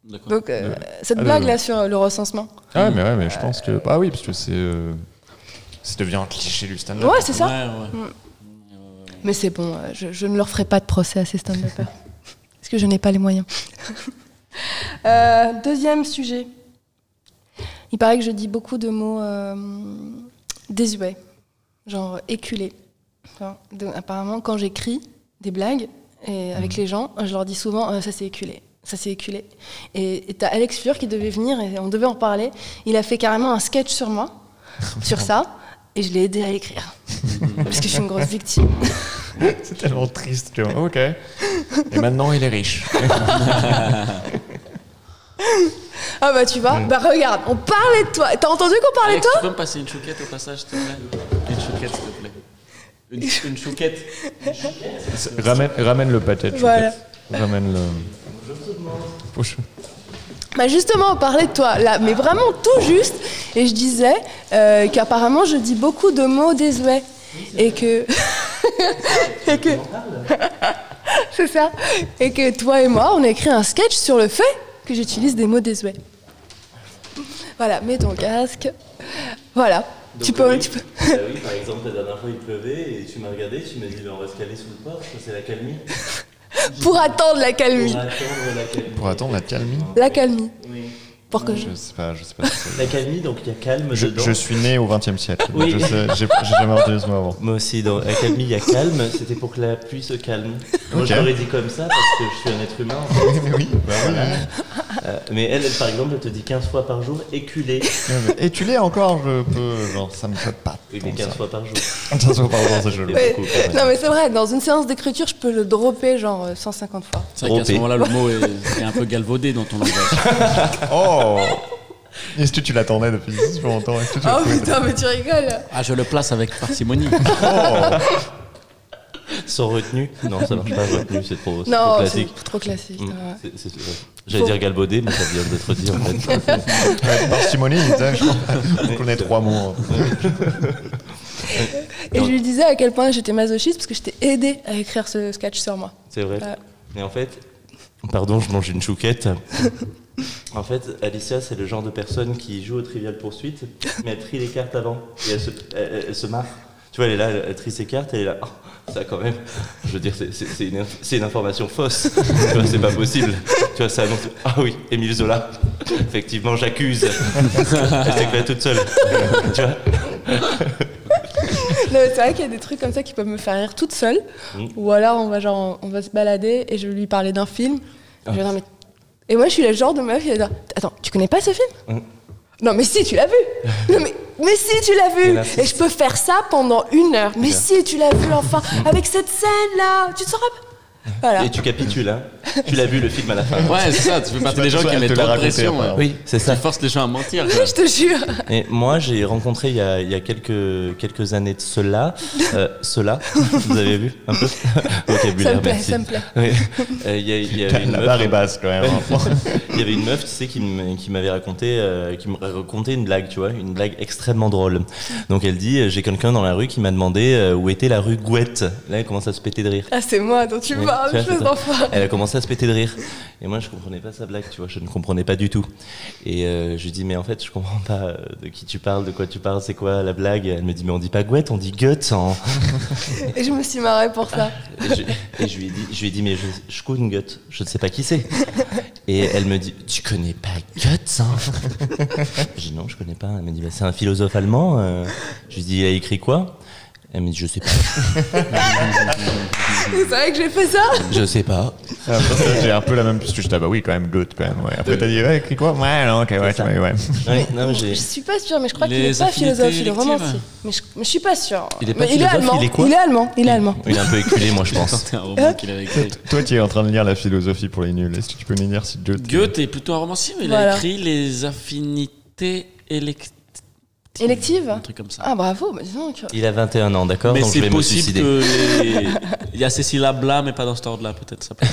S3: D'accord.
S2: Donc euh,
S1: Ouais.
S2: cette
S1: Ah,
S2: blague
S1: le-
S2: là sur le recensement.
S1: Ah ouais, mais ouais, mais je pense que. Ah oui, parce que c'est. euh, Ça devient un cliché du stand-up.
S2: Ouais, Ah, c'est ça.
S3: Ouais, ouais.
S2: Mais c'est bon, euh, je, je ne leur ferai pas de procès à ces stand-uppers. parce que je n'ai pas les moyens. Euh, deuxième sujet. Il paraît que je dis beaucoup de mots euh, désuets, genre éculé. Enfin, de- apparemment, quand j'écris des blagues et avec les gens, je leur dis souvent euh, ça c'est éculé. Ça c'est éculé. Et et t'as Alex Fleur qui devait venir et on devait en parler. Il a fait carrément un sketch sur moi, sur ça, et je l'ai aidé à écrire. Parce que je suis une grosse victime.
S1: C'est tellement triste, tu vois. Ah, Ok. Et maintenant, il est riche.
S2: Ah bah tu vois,
S5: Mm.
S2: bah regarde, on parlait de toi. T'as entendu qu'on parlait de
S3: Alex,
S2: toi
S3: tu peux me passer une chouquette au passage, s'il te plaît Une chouquette, s'il te plaît. Une, une chouquette.
S1: ramène, ramène le pâté.
S2: Voilà.
S1: Ramène le. Faut ch-
S2: Bah justement, on parlait de toi, là, mais vraiment tout juste. Et je disais euh, qu'apparemment, je dis beaucoup de mots désuets. Et que. et que. C'est ça. Et que toi et moi, on a écrit un sketch sur le fait que j'utilise des mots désuets. Voilà, mets ton casque. Voilà. Tu peux, tu peux.
S5: Bah oui, par exemple, la dernière fois il pleuvait et tu m'as regardé, tu m'as dit, Bah, on va se caler sous le porche, c'est la calmie.
S2: Pour attendre la calmie.
S5: Pour attendre la calmie.
S1: Pour attendre la calmie.
S2: La calmie.
S5: Oui.
S2: Pour que je.
S1: Je sais pas, je sais pas. si c'est-
S5: La calmie, donc il y a calme
S1: Je,
S5: dedans.
S1: je suis né au 20 e siècle. donc
S5: Oui.
S1: Je sais, j'ai, j'ai jamais entendu ce mot avant.
S5: Moi aussi, dans la calmie, il y a calme, c'était pour que la pluie se calme. Moi, je
S1: Ok.
S5: l'aurais dit comme ça parce que je suis un être humain. en fait.
S1: Mais oui, bah voilà.
S5: Euh, mais elle, elle, par exemple, elle te dit 15 fois par jour éculé.
S1: Et tu l'es encore, je peux. Genre, ça me choque pas.
S5: Oui, mais 15 fois par jour.
S1: ça. Ça se voit pas dans ce jeu.
S2: Ouais.
S5: beaucoup, quand même.
S2: Non mais c'est vrai, dans une séance d'écriture, je peux le dropper genre euh, 150 fois.
S3: C'est vrai qu'à ce
S5: Rompez.
S3: moment-là, le mot est, est un peu galvaudé dans ton langage.
S1: Oh Est-ce que tu l'attendais depuis si longtemps Est-ce que tu l'as
S2: Oh
S1: trouvé
S2: putain, mais tu rigoles
S3: Ah, je le place avec parcimonie.
S5: Sans retenue Non, ça marche pas, retenue, c'est trop, c'est trop
S2: Non, c'est
S5: classique.
S2: trop classique.
S5: Mm,
S2: ouais.
S5: c'est- c'est- ouais. J'allais dire galbaudé, mais ça vient d'être dit en fait.
S1: Ouais, Parcimonie, il disait, je crois. On connaît trois mots. hein.
S2: Et je lui disais à quel point j'étais masochiste parce que je t'ai aidé à écrire ce sketch sur moi. Euh,
S5: C'est vrai.
S2: Ouais.
S5: Mais en fait, pardon, je mange une chouquette. En fait, Alicia, c'est le genre de personne qui joue au Trivial Poursuite, mais elle trie les cartes avant. Et elle se, elle- elle- elle se marre. Tu vois, elle est là, elle, elle trie ses cartes, elle est là. Oh, ça, quand même, je veux dire, c'est- c'est c'est une, inf- c'est une information fausse. tu vois, c'est pas possible. Tu vois, ça annonce. Ah oui, Émile Zola. Effectivement, j'accuse. elle s'éclate toute seule. tu vois
S2: Non, mais C'est vrai qu'il y a des trucs comme ça qui peuvent me faire rire toute seule.
S5: Mm.
S2: Ou alors on va genre on va se balader et je vais lui parler d'un film. Je
S5: Ah.
S2: vais dire, mais- Et moi je suis le genre de meuf qui va dire attends tu connais pas ce film
S5: Mm.
S2: Non mais si tu l'as vu. non, mais mais si tu l'as
S5: Et
S2: vu.
S5: là, c'est-
S2: Et je peux faire ça pendant une heure. Mais si tu l'as vu enfin avec cette scène là tu te sauras. pas- Voilà.
S5: Mm. Et tu capitules, hein. Tu l'as vu le film à la fin.
S3: Ouais, c'est ça, tu fais partie des gens
S1: vas
S3: qui
S1: te
S3: mettent
S1: la
S3: trop de
S1: raconter,
S3: pression. ouais.
S1: apparemment.
S5: Oui, c'est
S3: Ça force les gens à mentir. quoi.
S2: Je te jure.
S5: Et moi, j'ai rencontré il y a, il y a quelques, quelques années de cela, euh, cela, vous avez vu un peu
S2: Ça
S5: Vocabulaire,
S2: me plaît,
S5: merci.
S2: ça me plaît.
S5: Oui. Euh, il y a- il y avait une
S1: La barre est
S5: meuf,
S1: basse quand même. hein.
S5: il y avait une meuf, tu sais, qui m- qui m'avait raconté, euh, qui me racontait une blague, tu vois, une blague extrêmement drôle. Donc elle dit, euh, j'ai quelqu'un dans la rue qui m'a demandé euh, où était la rue Gouette. Là, elle commence à se péter de rire.
S2: Ah c'est moi dont tu
S5: Oui,
S2: parles
S5: tu vois,
S2: espèce
S5: c'est ça.
S2: d'enfoiré.
S5: Elle a commencé à se péter de rire. Et moi, je comprenais pas sa blague, tu vois, je ne comprenais pas du tout. Et euh, je lui dis, mais en fait, je comprends pas euh, de qui tu parles, de quoi tu parles, c'est quoi la blague Elle me dit, mais on dit pas gouette, on dit gueule. en-
S2: Et je me suis marrée pour ça.
S5: Et, je, et je lui ai dit, je lui ai dit mais je, je connais gueule, je ne sais pas qui c'est. Et elle me dit, tu connais pas gueule Je dis, non, je connais pas. Elle me dit, bah, c'est un philosophe allemand. euh. Je lui dis, il a écrit quoi Elle me dit, je sais pas.
S2: C'est vrai que j'ai fait ça
S5: Je sais pas.
S1: Ah, parce que J'ai un peu la même. Parce que j'étais, ah bah oui, quand même, Goethe quand même. ouais. Après, t'as dit, ouais, écrit quoi Ouais, non, ok, ouais,
S5: ça.
S1: ouais, ouais.
S5: Ouais, non, mais j'ai-
S2: Je suis pas sûre, mais je crois qu'il
S3: Les
S2: est pas
S3: affinités
S2: philosophe, il est
S3: électives.
S2: romancier. Mais je, mais je suis pas sûre.
S5: Il est pas
S2: Mais
S5: philosophe,
S2: allemand.
S5: il est quoi
S2: allemand, il est allemand.
S5: Il est un peu éculé, moi, je pense.
S3: C'était un roman qu'il avait écrit.
S1: Toi, tu es en train de lire la philosophie pour les nuls. Est-ce que tu peux nous dire si Goethe.
S3: Goethe est plutôt un romancier, mais il
S2: Voilà.
S3: a écrit Les affinités électives.
S2: Électives
S3: Un truc comme ça.
S2: Ah bravo, bah dis donc.
S5: Il a 21 ans, d'accord
S3: mais
S5: Donc je
S3: c'est
S5: vais me
S3: possible
S5: suicider.
S3: que. les- Il y a ces syllabes-là, mais pas dans cet ordre-là, peut-être. ça peut-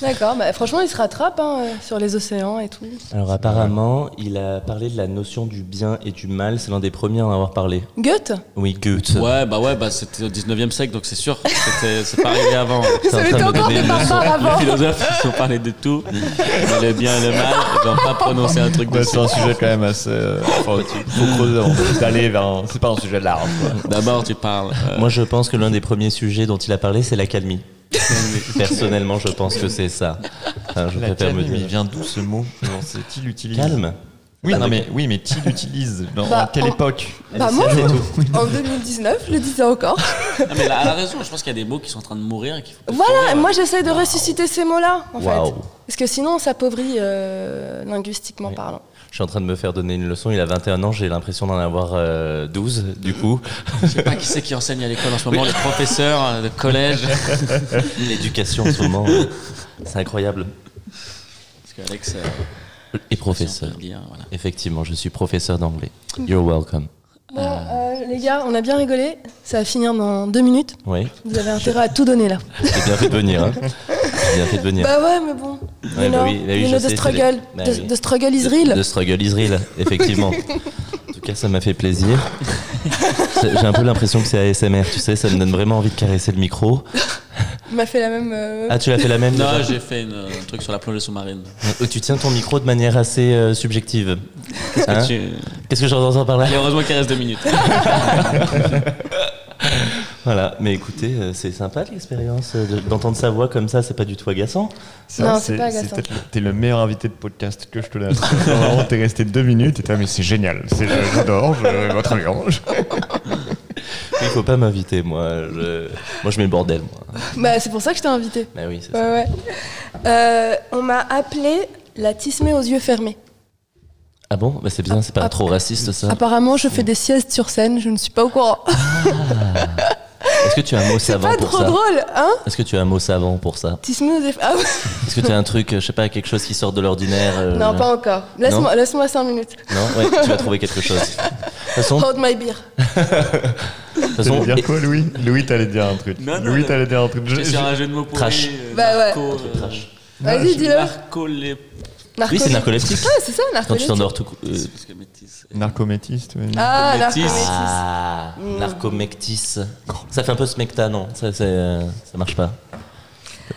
S2: D'accord, bah, franchement, il se rattrape hein, euh, sur les océans et tout.
S5: Alors apparemment, il a parlé de la notion du bien et du mal. C'est l'un des premiers à en avoir parlé.
S2: Goethe
S5: Oui, Goethe.
S3: Ouais, bah ouais, bah c'était au 19 e siècle, donc c'est sûr. C'était- C'est pas arrivé avant.
S5: T'es en
S2: Ça
S5: train
S2: m'était
S5: de me
S2: encore
S5: donner
S2: des
S5: une leçon.
S2: barbares
S3: Les
S2: avant.
S3: philosophes, ils ont parlé de tout. Le bien et le mal. Ils n'ont pas prononcé un truc de
S1: Ouais, c'est un sujet quand même assez. euh, enfin, tu- faut creuser avant d'aller vers. un- C'est pas un sujet large. quoi.
S3: D'abord, tu parles. euh,
S5: Moi, je pense que l'un des premiers sujets dont il a parlé, c'est la calmie. Personnellement, je pense que c'est ça. Enfin, je
S1: La
S5: préfère me
S1: calme, mais il
S5: dire.
S1: vient d'où ce mot Genre, c'est qui l'utilise
S5: Calme
S1: Oui,
S5: Ah,
S1: non,
S5: d'accord.
S1: mais, oui, mais qui l'utilise Dans-
S2: Bah,
S1: À quelle
S2: en-
S1: époque
S2: Bah, moi, en 2019, je le disais encore.
S3: Ah, mais là, elle a raison. Je pense qu'il y a des mots qui sont en train de mourir et qu'il faut.
S2: Voilà, et moi, j'essaie de ressusciter ces mots-là, en fait.
S5: Waouh.
S2: Parce que sinon, on s'appauvrit euh, linguistiquement
S5: Oui.
S2: parlant.
S5: Je suis en train de me faire donner une leçon. Il a 21 ans, j'ai l'impression d'en avoir euh, 12, du coup.
S3: Je sais pas qui c'est qui enseigne à l'école en ce moment, les professeurs euh, de collège.
S5: L'éducation en ce moment, euh, c'est incroyable.
S3: Parce qu'Alex, euh,
S5: Et
S3: si on
S5: professeur.
S3: peut le dire, voilà.
S5: Effectivement, je suis professeur d'anglais.
S2: Mm.
S5: You're welcome.
S2: Bon, euh, les gars, on a bien rigolé. Ça va finir dans deux minutes.
S5: Oui,
S2: Vous avez intérêt à tout donner, là.
S5: j'ai bien fait de venir. hein. J'ai bien fait de venir.
S2: Bah ouais, mais bon.
S5: Ouais,
S2: you
S5: bah
S2: know,
S5: oui, bah oui,
S2: you
S5: je
S2: know
S5: sais, c'est
S2: the
S5: les-
S2: struggle.
S5: Bah
S2: the,
S5: oui.
S2: the struggle is
S5: De-
S2: real.
S5: De Struggle is real, effectivement. en tout cas, ça m'a fait plaisir. C'est- J'ai un peu l'impression que c'est ASMR, tu sais, ça me donne vraiment envie de caresser le micro.
S2: Il m'a fait la même... euh,
S5: Ah, tu l'as fait la même
S3: Non,
S5: déjà
S3: j'ai fait une, euh, un truc sur la plongée sous-marine.
S5: Euh, Tu tiens ton micro de manière assez euh, subjective.
S1: Ah.
S5: Hein
S3: Tu-
S5: Qu'est-ce que j'entends par là
S3: Allez, heureusement qu'il reste deux minutes.
S5: Voilà, mais écoutez, euh, c'est sympa l'expérience euh, de- d'entendre sa voix comme ça, c'est pas du tout agaçant.
S2: Non, c'est pas agaçant.
S1: peut-être- T'es le meilleur invité de podcast que je te laisse. Vraiment, t'es resté deux minutes et t'as mais c'est génial. C'est j'adore. je- Votre ambiance.
S5: Il faut pas m'inviter, moi. Je... Moi, je mets le bordel, moi.
S2: Bah, c'est pour ça que je t'ai invité.
S5: Bah oui, c'est
S2: Ouais,
S5: ça.
S2: ouais. Euh, on m'a appelé la tismée aux yeux fermés.
S5: Ah bon Bah c'est bien, c'est pas
S2: Ah,
S5: trop raciste ça.
S2: Apparemment, je fais des siestes sur scène, je ne suis pas au courant.
S5: Est-ce que tu as un mot
S2: ah, C'est
S5: savant
S2: pas
S5: Ah pour
S2: trop
S5: ça
S2: drôle, hein
S5: Est-ce que tu as un mot savant pour ça
S2: Tismée aux yeux fermés. Ah, ouais.
S5: Est-ce que tu as un truc, euh, je sais pas, quelque chose qui sort de l'ordinaire euh,
S2: Non, pas encore. Laisse-moi 5 minutes.
S5: Non, ouais, tu vas trouver quelque chose. De toute façon, de
S2: Hold my beer.
S5: toute
S1: T'allais
S5: façon,
S1: dire quoi, Louis Louis, t'allais dire un truc.
S3: Non, non,
S1: Louis,
S3: non.
S1: t'allais dire un truc. Je-
S3: J'ai sur un jeu de mots pour
S5: Trash.
S2: Bah ouais.
S5: Ah,
S2: Vas-y, dis-le.
S3: euh, Marco les.
S5: Oui, c'est narcoleptique.
S2: Ouais, c'est ça,
S5: quand tu
S2: narcoleptique.
S5: t'endors tout. cou- euh,
S3: C'est parce que métis.
S1: je- Narcométiste. ouais.
S2: Ah,
S3: Narcoleptique.
S2: narcoleptique. Mmh.
S5: Ah, narcomectis. Ça fait un peu smecta, non Ça, c'est, euh, ça marche pas.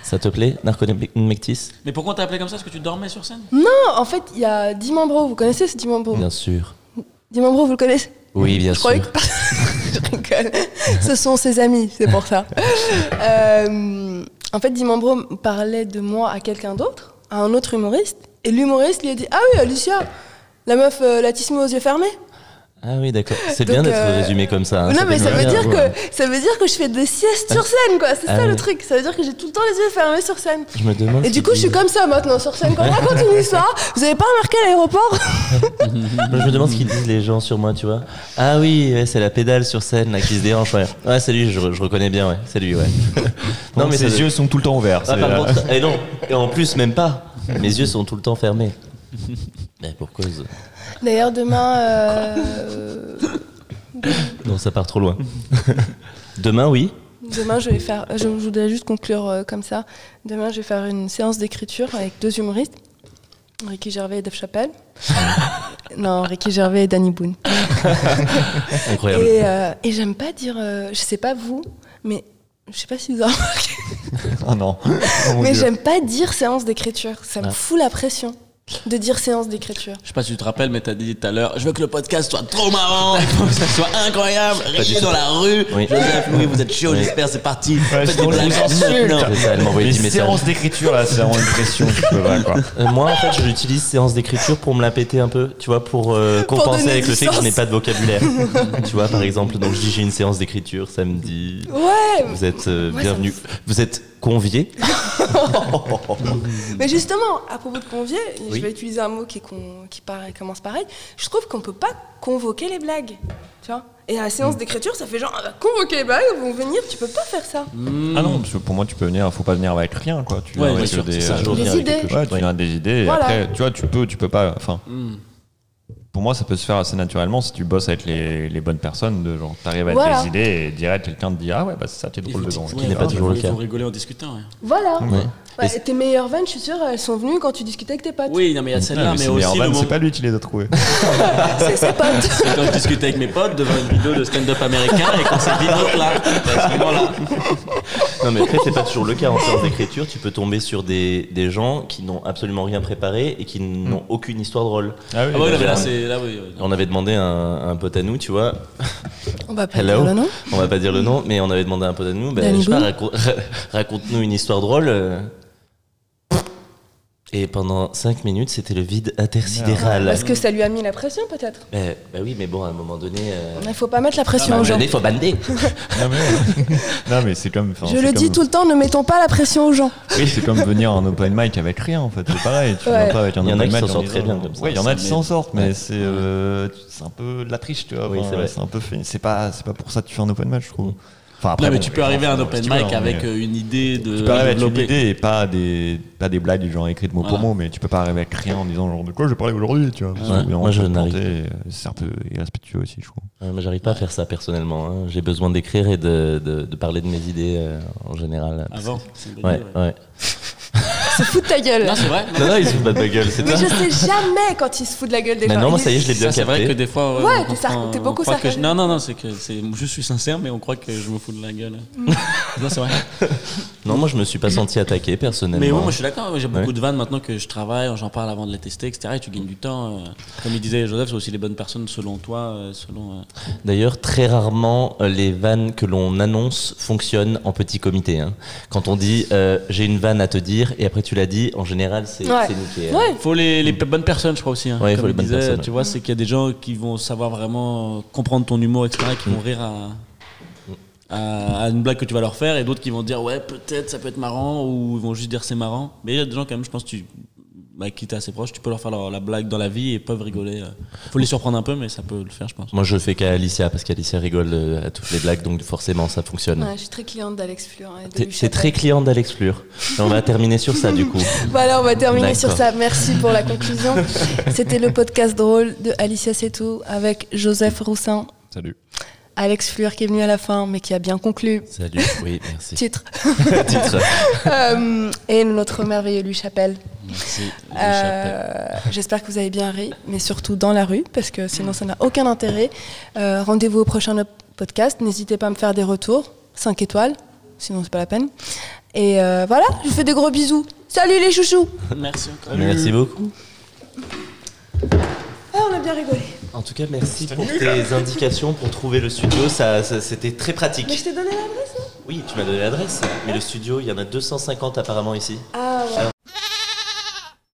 S5: Ça te plaît, narcomectis
S3: Mais pourquoi on t'a appelé comme ça Est-ce que tu dormais sur scène
S2: Non, en fait, il y a Dimambro, vous connaissez ce Dimambro
S5: Bien sûr.
S2: Dimambro, vous le connaissez
S5: Oui, bien
S2: Mmh. Je croyais
S5: sûr.
S2: que. je rigole. Ce sont ses amis, c'est pour ça. Euh, en fait, Dimambro parlait de moi à quelqu'un d'autre, à un autre humoriste, et l'humoriste lui a dit Ah oui, Alicia, la meuf, euh, la tismo aux yeux fermés.
S5: Ah oui, d'accord. C'est
S2: Donc,
S5: bien d'être
S2: euh,
S5: résumé comme ça. hein,
S2: non, mais
S5: fait
S2: ça veut,
S5: plaisir.
S2: dire que, ça veut dire que je fais des siestes sur scène, quoi. C'est
S5: Ah
S2: ça le
S5: oui. Ah,
S2: truc. Ça veut dire que j'ai tout le temps les yeux fermés sur scène.
S5: Je me demande.
S2: Et
S5: si
S2: du coup, je suis comme ça maintenant sur scène. Quand on raconte une histoire, vous avez pas remarqué à l'aéroport
S5: Moi, je me demande ce qu'ils disent les gens sur moi, tu vois. Ah oui, ouais, c'est la pédale sur scène là, qui se déhanche, ouais. Ouais, c'est lui, je, je reconnais bien, ouais. C'est lui, ouais.
S1: Non, mais
S5: ça
S1: ses
S5: doit-
S1: yeux sont tout le temps ouverts.
S5: Ah,
S1: c'est,
S5: par
S1: euh,
S5: contre, et non, et en plus, même pas. Mes yeux sont tout le temps fermés. Mais pour cause.
S2: D'ailleurs, demain. euh,
S5: Non, ça part trop loin. Demain, oui.
S2: Demain, je vais faire. Je, je voudrais juste conclure euh, comme ça. Demain, je vais faire une séance d'écriture avec deux humoristes, Ricky Gervais et Dave Chappelle. non, Ricky Gervais et Danny Boone.
S1: Ah,
S5: Incroyable.
S2: Et, euh, et j'aime pas dire. euh, je sais pas vous, mais je sais pas si vous en remarqué.
S1: Ah non. Oh mon
S2: Mais
S1: Dieu.
S2: j'aime pas dire séance d'écriture. Ça me
S5: Ah.
S2: fout la pression de dire séance d'écriture.
S3: Je sais pas si tu te rappelles, mais t'as dit tout à l'heure, je veux que le podcast soit trop marrant, il faut que ça soit incroyable, Ricky dans la rue,
S5: Oui.
S3: Joseph, Louis, vous êtes chaud,
S5: Oui.
S3: j'espère, c'est parti.
S1: Ouais,
S3: Faites
S1: sinon,
S3: des
S1: je
S3: blagues
S1: vous insulte.
S3: insultes.
S5: C'est ça, elle m'a envoyé
S1: Les
S5: 10 messages.
S1: séances d'écriture, là, c'est vraiment une pression. je peux pas, quoi.
S5: Euh, moi, en fait, je l'utilise séance d'écriture pour me la péter un peu, tu vois, pour euh,
S2: Pour
S5: compenser
S2: donner
S5: avec
S2: du
S5: le fait que je
S2: sens.
S5: n'ai pas de vocabulaire. tu vois, par exemple, donc je dis j'ai une séance d'écriture samedi.
S2: Ouais,
S5: Vous êtes euh,
S2: Moi, ça me
S5: bienvenue. Vous êtes conviés.
S2: mais justement, à propos de convier,
S5: Oui.
S2: je vais utiliser un mot qui, con- qui paraît- commence pareil. Je trouve qu'on peut pas convoquer les blagues. Tu vois Et à la
S1: Mm.
S2: séance d'écriture, ça fait genre, ah bah, convoquer les blagues, ils vont venir, tu peux pas faire ça.
S3: Mm.
S1: Ah non, parce que pour moi, tu peux venir, faut pas venir avec rien, quoi. Tu
S3: Hmm. Ouais,
S1: viens
S3: bien
S1: avec
S3: sûr,
S1: des.
S3: c'est ça,
S1: euh,
S5: Je reviens
S2: Des
S5: avec quelque
S2: idées.
S5: chose.
S1: Ouais, tu
S5: Oui.
S1: viens des idées. Et
S2: Voilà.
S1: après, tu vois, tu peux, tu peux pas. Enfin,
S3: Hmm.
S1: pour moi, ça peut se faire assez naturellement si tu bosses avec les, les bonnes personnes. De genre, t'arrives avec
S2: Voilà.
S1: des idées et direct, quelqu'un te dit ah ouais, bah c'est ça, t'es
S3: Il faut,
S1: drôle dedans.
S3: ouais,
S5: n'est pas
S3: ouais,
S5: toujours le
S3: il
S5: cas.
S3: faut rigoler en discutant. ouais.
S2: Voilà.
S1: Ouais.
S2: Ouais,
S5: Et-
S2: tes meilleures vannes, je suis sûre, elles sont venues quand tu discutais avec tes potes.
S3: Oui, non, mais il y a
S1: Ah,
S3: celle-là, mais,
S1: c'est bien,
S3: aussi
S1: Orban,
S3: le moment
S1: c'est pas lui qui les a trouvés.
S2: C'est ses potes.
S3: c'est quand je discutais avec mes potes devant une vidéo de stand-up américain et qu'on s'est dit donc là, Ah à ce moment-là.
S5: Non, mais après, c'est pas toujours le cas en séance d'écriture. Tu peux tomber sur des, des gens qui n'ont absolument rien préparé et qui n'ont aucune histoire drôle.
S1: Ah oui,
S3: Ah ouais, non, mais là,
S5: j'ai-
S3: c'est. Là, oui. oui.
S5: On avait demandé à un, à un pote à nous, tu vois.
S2: On va pas
S5: Hello.
S2: dire le nom.
S5: On va pas dire le nom, mais on avait demandé à un pote à nous, bah,
S2: Danny
S5: je sais pas,
S2: Boone.
S5: raco- raconte-nous une histoire drôle. euh. Et pendant 5 minutes, c'était le vide intersidéral.
S2: Parce que ça lui a mis la pression, peut-être.
S5: Eh, bah oui, mais bon, à un moment donné. euh,
S2: Il faut pas mettre la
S5: à un
S2: pression
S1: Ah,
S5: moment
S2: aux gens.
S5: donné, faut bander.
S1: Non, mais, non, mais c'est comme. enfin,
S2: Je
S1: c'est
S2: le dis
S1: comme-
S2: tout le temps, ne mettons pas la pression aux gens.
S1: Oui, c'est comme venir en open mic avec rien en fait, c'est pareil. Tu
S2: Ouais.
S1: viens pas avec un
S5: Il y en a
S1: open
S5: qui
S1: mic
S5: s'en
S1: en
S5: sortent
S1: disant-
S5: très bien comme ça.
S1: Ouais, il y en a
S5: Ça,
S1: qui
S5: mais-
S1: s'en sortent, mais
S5: Ouais.
S1: c'est euh, c'est un peu de la triche, tu vois.
S5: Oui,
S1: enfin,
S5: c'est vrai.
S1: C'est un peu fait. C'est pas, c'est pas pour ça que tu fais un open mic, je trouve. Enfin, après,
S3: Non, mais
S1: bon,
S3: tu
S1: les
S3: peux
S1: gens
S3: arriver à un
S1: font ce
S3: open
S1: qu'ils veulent,
S3: mic
S1: hein,
S3: avec
S1: mais
S3: euh, une idée de.
S1: Tu peux arriver avec une
S3: développer.
S1: idée et pas des, pas des blagues du genre écrites mot
S3: Voilà.
S1: pour mot, mais tu peux pas arriver avec rien en disant genre de quoi je vais parler aujourd'hui, tu vois. parce
S5: Ouais.
S1: que,
S5: Moi, je
S1: on peut
S5: n'arrive
S1: planter, et, euh, C'est un peu irrespectueux aussi, je trouve.
S5: Ouais, Euh, moi, j'arrive pas à faire ça personnellement. hein. J'ai besoin d'écrire et de, de- de parler de mes idées euh, en général.
S3: Avant. Ah, c'est une bonne
S5: Ouais,
S3: idée, ouais.
S5: ouais.
S2: Se fout de ta gueule.
S3: Non, c'est vrai.
S5: Non, non, ils se foutent pas de ma gueule, c'est
S2: Mais
S5: ça.
S2: je sais jamais quand il se fout de la gueule des gens.
S5: Maintenant, moi,
S2: Il
S5: ça y est, je l'ai bien
S3: Ça, C'est vrai que
S5: capté.
S3: des fois.
S2: Ouais,
S3: on
S2: t'es sar-
S3: comprend-
S2: t'es
S3: on
S2: beaucoup
S3: croit que je-
S2: sarcastique.
S3: Non, non, non, c'est que c'est- je suis sincère, mais on croit que je me fous de la gueule. hein.
S2: Mm.
S3: Non, c'est vrai.
S5: Non, moi, je me suis pas senti attaqué personnellement.
S3: Mais oui, moi je suis d'accord. Moi, J'ai beaucoup
S5: Ouais.
S3: de vannes maintenant que je travaille, j'en parle avant de les tester, etc. Et tu gagnes du temps. euh. Comme il disait Joseph, c'est aussi les bonnes personnes selon toi, euh, selon. euh.
S5: D'ailleurs, très rarement euh, les vannes que l'on annonce fonctionnent en petit comité. hein. Quand on dit euh, j'ai une vanne à te dire et après tu l'as dit, en général c'est
S2: Ouais.
S5: c'est niqué. hein.
S2: Ouais.
S3: Faut les, les bonnes personnes, je crois aussi. Hein.
S5: Ouais,
S3: Comme
S5: faut les
S3: il
S5: bonnes
S3: disait,
S5: personnes,
S3: Tu
S5: ouais.
S3: vois, c'est qu'il y a des gens qui vont savoir vraiment comprendre ton humour, etc. Qui
S5: Mm.
S3: vont rire à, à, à une blague que tu vas leur faire, et d'autres qui vont dire ouais peut-être ça peut être marrant, ou ils vont juste dire c'est marrant. Mais il y a des gens quand même, je pense, tu bah, qui t'es assez proche, tu peux leur faire leur- la blague dans la vie et peuvent rigoler. euh. Faut les surprendre un peu, mais ça peut le faire, je pense.
S5: Moi je fais qu'à Alicia parce qu'Alicia rigole euh, à toutes les blagues donc forcément ça fonctionne.
S2: Ouais, je suis très cliente d'Alex Fleur. hein, et de
S5: T'es-
S2: Louis
S5: T'es très
S2: Chappelle.
S5: client d'Alex Fleur. Et on va terminer sur ça du coup.
S2: Voilà, on va terminer sur
S5: D'accord.
S2: ça. Merci pour la conclusion. C'était le podcast drôle de Alicia Setou avec Joseph Roussin,
S1: Salut.
S2: Alex Fleur qui est venu à la fin, mais qui a bien conclu.
S5: Salut, oui, merci.
S2: Titre.
S5: Titre.
S2: Euh, et notre merveilleux Louis Chapelle.
S3: Merci. Louis Chappelle.
S2: Euh, J'espère que vous avez bien ri, mais surtout dans la rue, parce que sinon ça n'a aucun intérêt. Euh, Rendez-vous au prochain op- podcast. N'hésitez pas à me faire des retours, 5 étoiles, sinon c'est pas la peine. Et euh, voilà, je vous fais des gros bisous. Salut les chouchous
S3: Merci encore.
S5: Merci beaucoup.
S2: Ah, on a bien rigolé.
S5: En tout cas, merci pour tes indications pour trouver le studio. Ça, ça- c'était très pratique.
S2: Mais je t'ai donné l'adresse, hein. non
S5: Oui, tu m'as donné l'adresse. Mais le studio, il y en a 250 apparemment ici.
S2: Ah ouais.
S5: Alors,